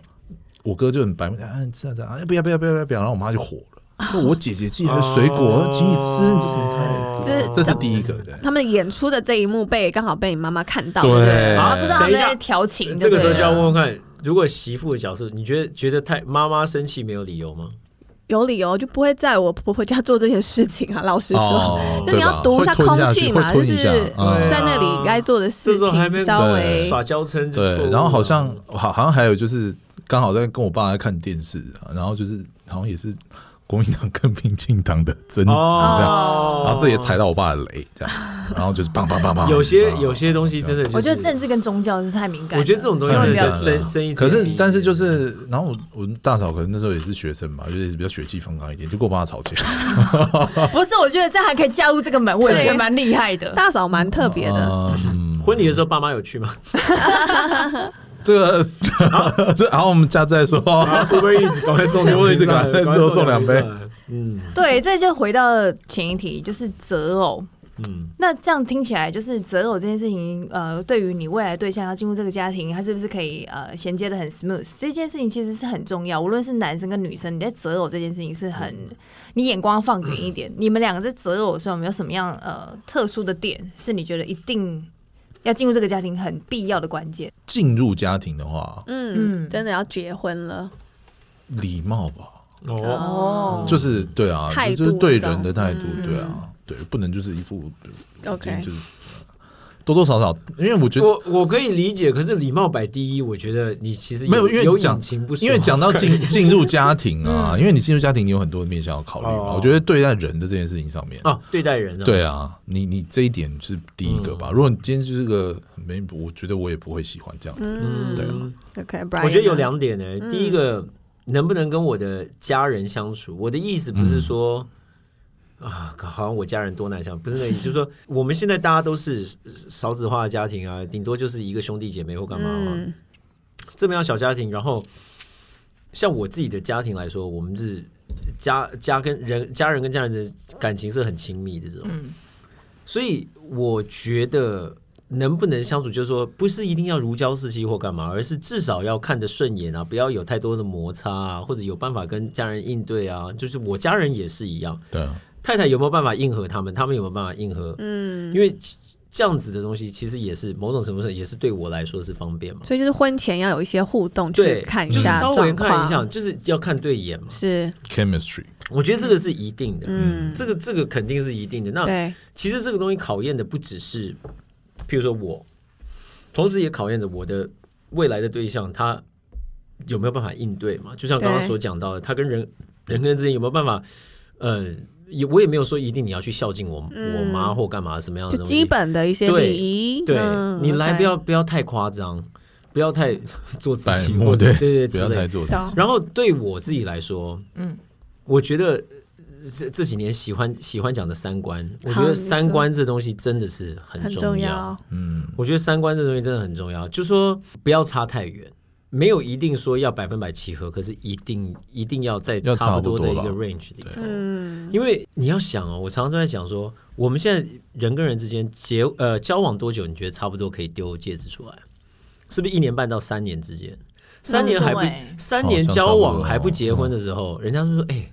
Speaker 6: 我哥就很白目，啊，这样这样，哎，不要不要不要不要不要，然后我妈就火了，说我姐姐寄来的水果，请你吃，你这什么态
Speaker 4: 哦
Speaker 6: 度？
Speaker 4: 这
Speaker 6: 这是第一个， 对。
Speaker 4: 他们演出的这一幕被刚好被你妈妈看到，
Speaker 6: 对，
Speaker 5: 好
Speaker 3: 啊，不知道他
Speaker 5: 等一
Speaker 3: 们
Speaker 5: 下
Speaker 3: 在调情，
Speaker 5: 这个时候
Speaker 3: 对
Speaker 5: 就
Speaker 3: 了
Speaker 5: 要问问看，如果媳妇的角色，你觉得觉得太妈妈生气没有理由吗？
Speaker 4: 有理由就不会在我婆婆家做这些事情啊。老实说，
Speaker 6: 哦
Speaker 4: 就你要读一下空气嘛，就是在那里该做的
Speaker 5: 嗯这
Speaker 4: 事
Speaker 5: 时候还没
Speaker 4: 情稍微
Speaker 6: 对
Speaker 5: 耍娇嗔就错误
Speaker 6: 对，
Speaker 5: 了
Speaker 6: 然后好像好好像还有就是刚好在跟我爸在看电视啊，然后就是好像也是国民党跟民进党的嗯争执这样，
Speaker 5: 哦，
Speaker 6: 然后这也踩到我爸的雷这样，然后就是棒棒棒棒，
Speaker 5: 有些有
Speaker 6: 啊
Speaker 5: 些东西真的，
Speaker 3: 我觉得政，治跟宗教是太敏感了，
Speaker 5: 我觉得这种东西
Speaker 3: 千万
Speaker 5: 真
Speaker 3: 不要
Speaker 5: 的
Speaker 6: 对
Speaker 5: 争争一次
Speaker 6: 可
Speaker 5: 也
Speaker 6: 是
Speaker 5: 没意思，
Speaker 6: 但是就是，然后我我大嫂可能那时候也是学生嘛，就是比较血气方刚一点，就跟我爸吵架，
Speaker 3: 不是，我觉得这样还可以加入这个门，我也觉得蛮厉害的。
Speaker 4: 大嫂蛮特别的。
Speaker 6: 嗯，
Speaker 5: 婚礼的时候爸妈有去吗？
Speaker 6: 这个这然后我们下次再说。
Speaker 5: 啊，不会一直赶快送两杯
Speaker 6: Uber Eats
Speaker 5: 上来
Speaker 6: 赶快
Speaker 5: 赶快
Speaker 6: 送两杯
Speaker 5: 上来嗯
Speaker 3: 对，这就回到前一题，就是择偶。
Speaker 5: 嗯，
Speaker 3: 那这样听起来，就是择偶这件事情，呃，对于你未来对象要进入这个家庭，他是不是可以呃衔接的很 smooth？这件事情其实是很重要，无论是男生跟女生，你在择偶这件事情是很，你眼光放远一点。你们两个在择偶的时候，有没有什么样呃特殊的点，是你觉得一定要进入这个家庭很必要的关键？
Speaker 6: 进入家庭的话，
Speaker 4: 嗯，
Speaker 3: 嗯
Speaker 4: 真的要结婚了，
Speaker 6: 礼貌吧，
Speaker 5: 哦，
Speaker 3: 哦
Speaker 6: 就是对啊，
Speaker 4: 态度
Speaker 6: 就是对人的态度
Speaker 4: 这样，嗯
Speaker 6: 对啊，对，不能就是一副
Speaker 4: OK
Speaker 6: 今天就是多多少少，因为我觉得
Speaker 5: 我我可以理解，可是礼貌摆第一，我觉得你其实
Speaker 6: 没有，因
Speaker 5: 有
Speaker 6: 为讲
Speaker 5: 隐情不爽，
Speaker 6: 因为讲到 进进入家庭
Speaker 4: 嗯
Speaker 6: 啊，因为你进入家庭，你有很多的面向要考虑嘛。
Speaker 5: 哦
Speaker 6: 我觉得对待人的这件事情上面，
Speaker 5: 啊，对待人啊，
Speaker 6: 对啊，你你这一点是第一
Speaker 4: 嗯
Speaker 6: 个吧。如果你今天就是个没，我觉得我也不会喜欢这样子。
Speaker 4: 嗯
Speaker 6: 对啊
Speaker 4: ，OK，不然
Speaker 5: 我觉得有两点呢、欸第一个，能不能跟我的家人相处？我的意思不是说、啊，好像我家人多难相处，不是那意思，就是说我们现在大家都是少子化的家庭啊，顶多就是一个兄弟姐妹或干嘛、啊
Speaker 4: 嗯
Speaker 5: 这么样小家庭，然后像我自己的家庭来说，我们是家家跟人家人跟家人的感情是很亲密的这种，
Speaker 3: 嗯
Speaker 5: 所以我觉得能不能相处，就是说不是一定要如胶似漆或干嘛，而是至少要看得顺眼啊，不要有太多的摩擦啊，或者有办法跟家人应对啊。就是我家人也是一样，
Speaker 6: 对啊，
Speaker 5: 太太有没有办法应和他们，他们有没有办法应和？
Speaker 4: 嗯
Speaker 5: 因为其这样子的东西，其实也是某种程度上也是对我来说是方便嘛。
Speaker 4: 所以就是婚前要有一些互动，去
Speaker 5: 对，
Speaker 4: 看一
Speaker 5: 就是
Speaker 4: 下
Speaker 5: 稍微
Speaker 4: 状
Speaker 5: 看
Speaker 4: 况，
Speaker 5: 一下，就是要看对眼嘛。
Speaker 4: 是
Speaker 6: chemistry，
Speaker 5: 我觉得这个是一定的，
Speaker 4: 嗯，
Speaker 5: 这个这个肯定是一定的。那嗯
Speaker 4: 对，
Speaker 5: 其实这个东西考验的不只是，譬如说我，同时也考验着我的未来的对象他有没有办法应对嘛？就像刚刚
Speaker 4: 对
Speaker 5: 所讲到的，他跟人人跟人之间有没有办法，呃，也我也没有说一定你要去孝敬我、我妈或干嘛什么样
Speaker 4: 嗯
Speaker 5: 的
Speaker 4: 就
Speaker 5: 东西，
Speaker 4: 基本的一些
Speaker 5: 对
Speaker 4: 礼仪，
Speaker 5: 对、
Speaker 4: 嗯
Speaker 5: 你来
Speaker 4: OK
Speaker 5: 不要不要太夸张，不要太做自
Speaker 6: 白
Speaker 5: 己，
Speaker 6: 目
Speaker 5: 或者
Speaker 6: 对
Speaker 5: 对对
Speaker 6: 不
Speaker 5: 之
Speaker 6: 要
Speaker 5: 类的
Speaker 6: 太做自己。
Speaker 4: 懂
Speaker 5: 然后对我自己来说，嗯，我觉得呃这这几年喜欢喜欢讲的三观，我觉得
Speaker 4: 你说
Speaker 5: 三观这东西真的是很
Speaker 4: 很
Speaker 5: 重
Speaker 4: 重要，
Speaker 6: 嗯，
Speaker 5: 我觉得三观这东西真的很重要，就说不要差太远，没有一定说要百分百契合，可是一定一定要在
Speaker 6: 要
Speaker 5: 差
Speaker 6: 差
Speaker 5: 不
Speaker 6: 不多
Speaker 5: 多的一个
Speaker 6: 吧
Speaker 5: range 里头。
Speaker 4: 嗯，
Speaker 5: 因为你要想哦，我常常都在讲说，我们现在人跟人之间结呃交往多久？你觉得差不多可以丢戒指出来？是不是一年半到三年之间？三年还不、
Speaker 3: 差嗯不多欸
Speaker 5: 三年交
Speaker 6: 好像差不
Speaker 5: 往
Speaker 6: 多
Speaker 5: 还不结婚的时候，人家是不是说，哎、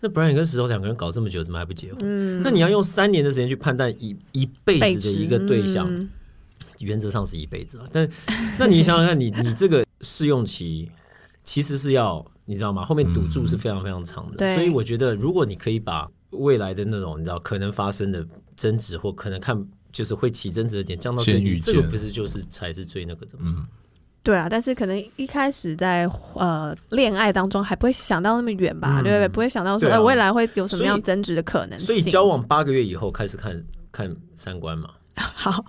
Speaker 5: 那 Brian 跟石头两个人搞这么久，怎么还不结婚？那你要用三年的时间去判断一一辈
Speaker 4: 辈
Speaker 5: 子
Speaker 4: 子
Speaker 5: 的一个对象，
Speaker 4: 嗯
Speaker 5: 原则上是一辈子啊。但那你想想看你， 你这个试用期其实是要你知道吗？后面赌注是非常非常长的，
Speaker 4: 对
Speaker 5: 所以我觉得如果你可以把未来的那种你知道可能发生的争执或可能看就是会起争执的点降到最
Speaker 6: 先
Speaker 5: 低，
Speaker 6: 预
Speaker 5: 这个
Speaker 6: 见
Speaker 5: 不是就是才是最那个的吗？
Speaker 4: 对啊，但是可能一开始在呃恋爱当中还不会想到那么远吧，
Speaker 5: 嗯
Speaker 4: 对不对？不会想到说、
Speaker 5: 对啊
Speaker 4: 呃未来会有什么
Speaker 5: 所以
Speaker 4: 样争执的可能性。
Speaker 5: 所以交往八个月以后开始看看三观嘛，
Speaker 4: 好，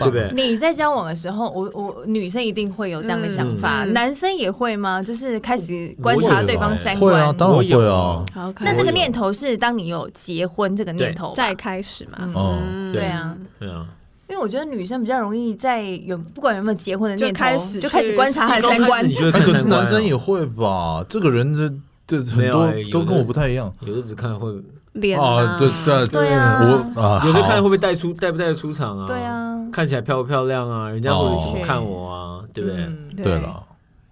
Speaker 5: 对不对？
Speaker 3: 你在交往的时候，我我女生一定会有这样的想法，
Speaker 4: 嗯
Speaker 3: 男生也会吗？就是开始观察对方三
Speaker 6: 会
Speaker 3: 观。
Speaker 6: 啊，当然
Speaker 5: 我有
Speaker 6: 会啊。
Speaker 4: 好，OK，
Speaker 3: 那这个念头是当你有结婚这个念头吧
Speaker 4: 再开始嘛，
Speaker 5: 嗯
Speaker 6: 哦，
Speaker 3: 对啊，
Speaker 5: 对啊，
Speaker 3: 因为我觉得女生比较容易在有不管有没有结婚的念头，
Speaker 4: 就开始
Speaker 3: 就开始
Speaker 4: 去
Speaker 3: 观察他
Speaker 5: 一
Speaker 3: 的三
Speaker 5: 刚开始
Speaker 3: 观
Speaker 5: 你。就会
Speaker 6: 哎，
Speaker 5: 看
Speaker 6: 可是
Speaker 5: 三观啊、
Speaker 6: 男生也会吧？这个人这这
Speaker 5: 没
Speaker 6: 很
Speaker 5: 有哎
Speaker 6: 多
Speaker 5: 有
Speaker 6: 都跟
Speaker 5: 的
Speaker 6: 我不太一样
Speaker 5: 有的只看会，
Speaker 4: 脸
Speaker 5: 哦
Speaker 6: 啊。对对
Speaker 3: 对啊
Speaker 6: 我啊，
Speaker 5: 有的
Speaker 6: 好
Speaker 5: 看会不会带出带不带得出场啊？
Speaker 3: 对，啊，
Speaker 5: 看起来漂不漂亮啊？人家会
Speaker 6: 哦
Speaker 5: 不会看我啊？对不对？
Speaker 3: 嗯
Speaker 6: 对，了，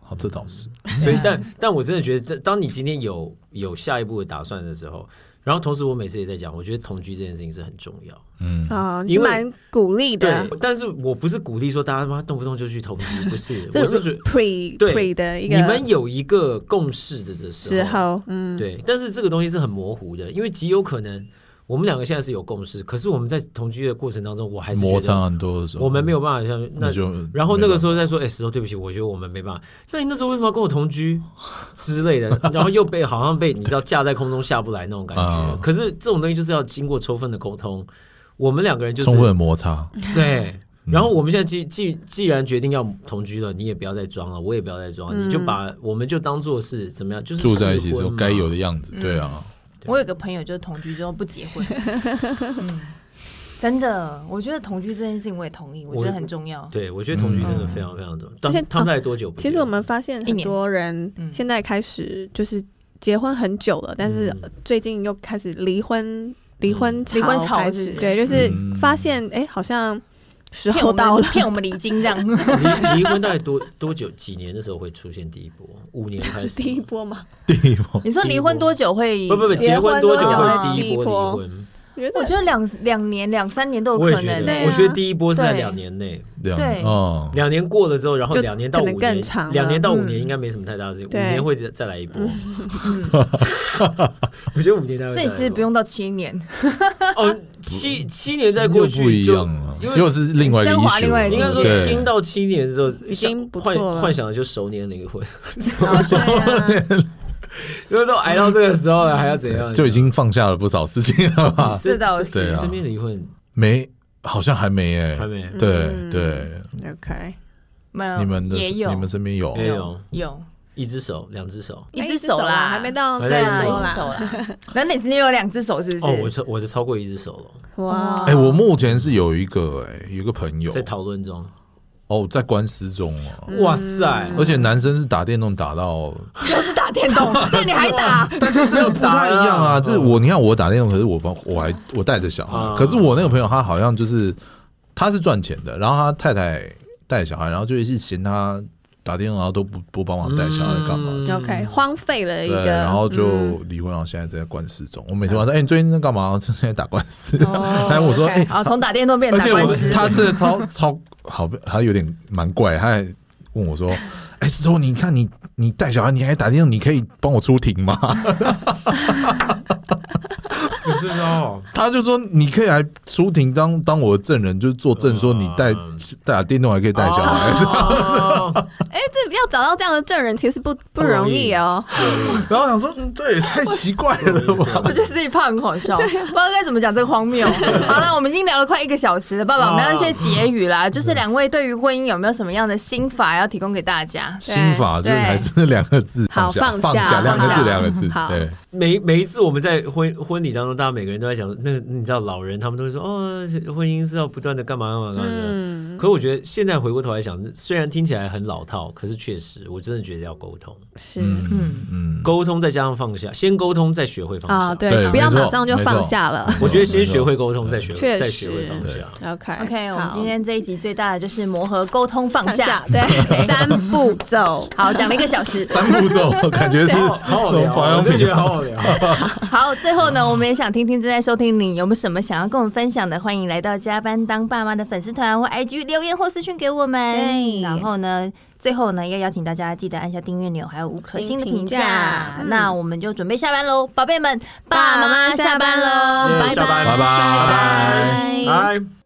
Speaker 6: 好，这倒是
Speaker 5: 所以，但但我真的觉得，这当你今天有有下一步的打算的时候，然后同时我每次也在讲，我觉得同居这件事情是很重要。
Speaker 6: 嗯，
Speaker 4: 啊，你是
Speaker 5: 因为
Speaker 4: 蛮鼓励的，，
Speaker 5: 但是我不是鼓励说大家他妈动不动就去同居，不是，
Speaker 4: 这
Speaker 5: 我是觉得
Speaker 4: pre
Speaker 5: 对
Speaker 4: pre 的一个
Speaker 5: 你们有一个共识的的时
Speaker 4: 时
Speaker 5: 候，
Speaker 4: 候，嗯，
Speaker 5: 对，但是这个东西是很模糊的，因为极有可能我们两个现在是有共识，可是我们在同居的过程当中，我还是
Speaker 6: 摩
Speaker 5: 觉得
Speaker 6: 擦很多的时候，
Speaker 5: 我们没有办法像那
Speaker 6: 那就
Speaker 5: 然后那个时
Speaker 6: 候
Speaker 5: 候再说，哎、石头，对不起，我觉得我们没办法。那你那时候为什么要跟我同居之类的？ 然后又被好像被你知道架在空中下不来那种感觉
Speaker 6: 啊。
Speaker 5: 可是这种东西就是要经过充分的沟通，我们两个人就是
Speaker 6: 充分的摩擦，
Speaker 3: 嗯
Speaker 5: 对。
Speaker 6: 嗯
Speaker 5: 然后我们现在既既既然决定要同居了，你也不要再装了，我也不要再
Speaker 4: 嗯
Speaker 5: 装，你就把我们就当做是怎么样，就是
Speaker 6: 住在一起的
Speaker 5: 试
Speaker 6: 时
Speaker 5: 婚
Speaker 6: 候
Speaker 5: 嘛
Speaker 6: 该有的样
Speaker 3: 嗯
Speaker 6: 子，对啊，
Speaker 3: 我有个朋友就是同居之后不结 婚，嗯、真的，我觉得同居这件事情我也同意，我觉得很重要。
Speaker 5: 对，我觉得同居真的非常非常重要。当
Speaker 4: 而且
Speaker 5: 他们在多久不
Speaker 4: 嗯哦
Speaker 5: 结
Speaker 4: 其
Speaker 5: 婚？
Speaker 4: 实我们发现
Speaker 3: 一
Speaker 4: 很
Speaker 3: 年
Speaker 4: 多人
Speaker 3: 嗯
Speaker 4: 现在开始就是结婚很久了，但是
Speaker 5: 嗯
Speaker 4: 最近又开始离婚，离婚
Speaker 3: 嗯离婚潮
Speaker 4: 开
Speaker 3: 是
Speaker 4: 始
Speaker 3: 不是
Speaker 4: 对，就是
Speaker 6: 嗯
Speaker 4: 发现哎、诶好像时
Speaker 3: 骗
Speaker 4: 候
Speaker 3: 我
Speaker 4: 到了
Speaker 3: 们，骗我们离经这样，
Speaker 5: 离离婚大概多多久几年的时候会出现第一波？五年开始，
Speaker 4: 第一波嘛，
Speaker 3: 你说离婚多久会？
Speaker 5: 不不不，结婚多久会第
Speaker 4: 结婚多久会第一
Speaker 5: 一波
Speaker 4: 波
Speaker 5: 离婚？
Speaker 4: 我觉
Speaker 3: 我
Speaker 4: 得
Speaker 3: 觉得两两年两三年都有
Speaker 5: 我也
Speaker 3: 可
Speaker 5: 觉
Speaker 3: 能、
Speaker 5: 得，
Speaker 4: 对
Speaker 3: 欸
Speaker 5: 我
Speaker 4: 啊
Speaker 5: 觉得第一波是在
Speaker 3: 对
Speaker 5: 两年内，
Speaker 6: 这样
Speaker 3: 对
Speaker 6: 哦，
Speaker 5: 两年过了之后，然后
Speaker 4: 就
Speaker 5: 两年到
Speaker 4: 可
Speaker 5: 五
Speaker 4: 能
Speaker 5: 年，
Speaker 4: 更长了
Speaker 5: 两年到五
Speaker 3: 嗯
Speaker 5: 年应该没什么太大的事情，五
Speaker 4: 对
Speaker 5: 年会再再来一波。 我觉得五年大
Speaker 3: 所
Speaker 5: 概会
Speaker 3: 以
Speaker 5: 再来一波，
Speaker 3: 其实不用到七年，
Speaker 5: 哦，七七年再过
Speaker 6: 又不
Speaker 5: 去
Speaker 6: 一
Speaker 5: 就
Speaker 6: 样了，
Speaker 5: 因
Speaker 6: 又
Speaker 5: 为。
Speaker 6: 是另外一个
Speaker 3: 升华另外一
Speaker 6: issue
Speaker 3: 个
Speaker 5: 应该说，
Speaker 6: 对
Speaker 5: 盯到七年的时候，
Speaker 4: 已
Speaker 5: 想
Speaker 4: 经不
Speaker 5: 幻
Speaker 4: 错了
Speaker 5: 幻想的就熟年离婚，
Speaker 4: 对 啊，
Speaker 5: 因为都挨到这个时候了，还要怎样？
Speaker 6: 就已经放下了不少事情了吧？
Speaker 5: 是
Speaker 3: 这倒
Speaker 5: 是
Speaker 3: 是
Speaker 6: 对啊
Speaker 5: 身边离婚
Speaker 6: 没，好像还没诶
Speaker 5: 还，没
Speaker 6: 对
Speaker 4: 嗯
Speaker 6: 对，
Speaker 4: OK，
Speaker 3: 没有
Speaker 6: 你们的
Speaker 3: 哦也有
Speaker 6: 你们身边有
Speaker 5: 没有，
Speaker 3: 有
Speaker 5: 一只手两只手
Speaker 3: 哎一只
Speaker 4: 诶
Speaker 3: 手啦，
Speaker 4: 还没到
Speaker 5: 还
Speaker 4: 对
Speaker 5: 在
Speaker 4: 啊，
Speaker 3: 对
Speaker 5: 一
Speaker 4: 多
Speaker 3: 啊，
Speaker 5: 只
Speaker 3: 一只手
Speaker 4: 啦，
Speaker 3: 啦。那你是你有两只手是不是？
Speaker 5: 哦，我超我的超过一只手了，
Speaker 4: 哇，
Speaker 6: 哎，我目前是有一个哎，有一个朋友
Speaker 5: 在讨论中，
Speaker 6: 哦，在官司中哦，
Speaker 3: 嗯
Speaker 5: 哇塞，
Speaker 6: 而且男生是打电动打 到
Speaker 3: 又是打电 动，那你还打？
Speaker 6: 这 个不太一样啊，这我你看我打电动，可是我帮我还我带着小
Speaker 5: 啊
Speaker 6: 孩，可是我那个朋友他好像就是他是赚钱的，然后他太太带小孩，然后就一直嫌他打电话，然后都不不帮忙带小孩干嘛？
Speaker 3: 嗯
Speaker 4: OK，荒废嗯了一
Speaker 6: 对，
Speaker 4: 个，
Speaker 6: 然后
Speaker 4: 嗯
Speaker 6: 就离婚，然后现在在官司中。我每天晚上，哎、你最近在干嘛？ 现在打官司。 但我说，哎、
Speaker 3: 哦，从打电动变
Speaker 6: 而
Speaker 3: 打
Speaker 6: 且
Speaker 3: 官
Speaker 6: 我
Speaker 3: 司，
Speaker 6: 他真的超超好，他有点蛮怪，他还问我说：“哎、石头，你看你你带小孩，你还打电动，你可以帮我出庭吗
Speaker 5: 我知道？”
Speaker 6: 他就说：“你可以来出庭当当我的证人，就是作证说你带
Speaker 5: 嗯
Speaker 6: 打电动还可以带小孩。
Speaker 5: 哦
Speaker 4: 哎、这要找到这样的证人其实不不
Speaker 5: 不容
Speaker 4: 容
Speaker 5: 易
Speaker 4: 易哦。
Speaker 6: 然后我想说：“嗯， 这也太奇怪了吧
Speaker 3: 我觉得自己怕很好 笑，不知道该怎么讲这个荒 谬。好了，我们已经聊了快一个小时了，爸爸，我们要一些结语啦。就是两位对于婚姻有没有什么样的心法要提供给大家？”？
Speaker 6: 心法就是
Speaker 4: 对
Speaker 6: 还是那两个字，
Speaker 4: 好
Speaker 6: 下
Speaker 4: 放
Speaker 6: 放
Speaker 4: 下
Speaker 6: 两
Speaker 4: 放
Speaker 6: 个字
Speaker 4: 下
Speaker 6: 两个字，
Speaker 4: 好
Speaker 6: 对。
Speaker 5: 每每一次我们在婚婚礼当中，大家每个人都在讲，那个你知道老人他们都会说，哦，婚姻是要不断的干嘛干嘛干嘛的。
Speaker 4: 嗯，
Speaker 5: 可我觉得现在回过头来想，虽然听起来很老套，可是确实，我真的觉得要沟通，
Speaker 4: 是
Speaker 6: 嗯嗯，
Speaker 5: 沟通再加上放下，先沟通再学会放下。
Speaker 4: 啊、对，
Speaker 6: 对
Speaker 4: 不要
Speaker 6: 没错
Speaker 4: 马上就放下 了。
Speaker 5: 我觉得先
Speaker 6: 没错
Speaker 5: 学会沟通，再学
Speaker 3: 嗯
Speaker 4: 确
Speaker 5: 再学会放
Speaker 6: 实
Speaker 5: 下。
Speaker 4: OK
Speaker 3: OK，我们
Speaker 4: 好
Speaker 3: 今天这一集最大的就是磨合、沟通、放
Speaker 4: 放
Speaker 3: 下
Speaker 4: 下。对三步骤。
Speaker 3: 好，讲了一个小时。
Speaker 6: 三 步骤，感觉是什么保 养品
Speaker 5: 好啊好聊。
Speaker 3: 好，最后呢，我们也想听听正在收听你有没有什么想要跟我们分享的，欢迎来到加班当爸妈的粉丝团或 IG 留言或私讯给我们。
Speaker 4: 对
Speaker 3: 然后呢，最后呢，要邀请大家记得按下订阅钮，还有五颗星的评
Speaker 4: 评价
Speaker 3: 价。那我们就准备下班喽，宝贝们，爸
Speaker 4: 爸妈
Speaker 3: 妈
Speaker 4: 下
Speaker 3: 下
Speaker 4: 班
Speaker 3: 班喽，
Speaker 4: 喽
Speaker 5: 耶
Speaker 3: 拜
Speaker 5: 下班
Speaker 3: 拜，
Speaker 6: 拜
Speaker 3: 拜
Speaker 6: 拜
Speaker 3: 拜。
Speaker 5: 拜。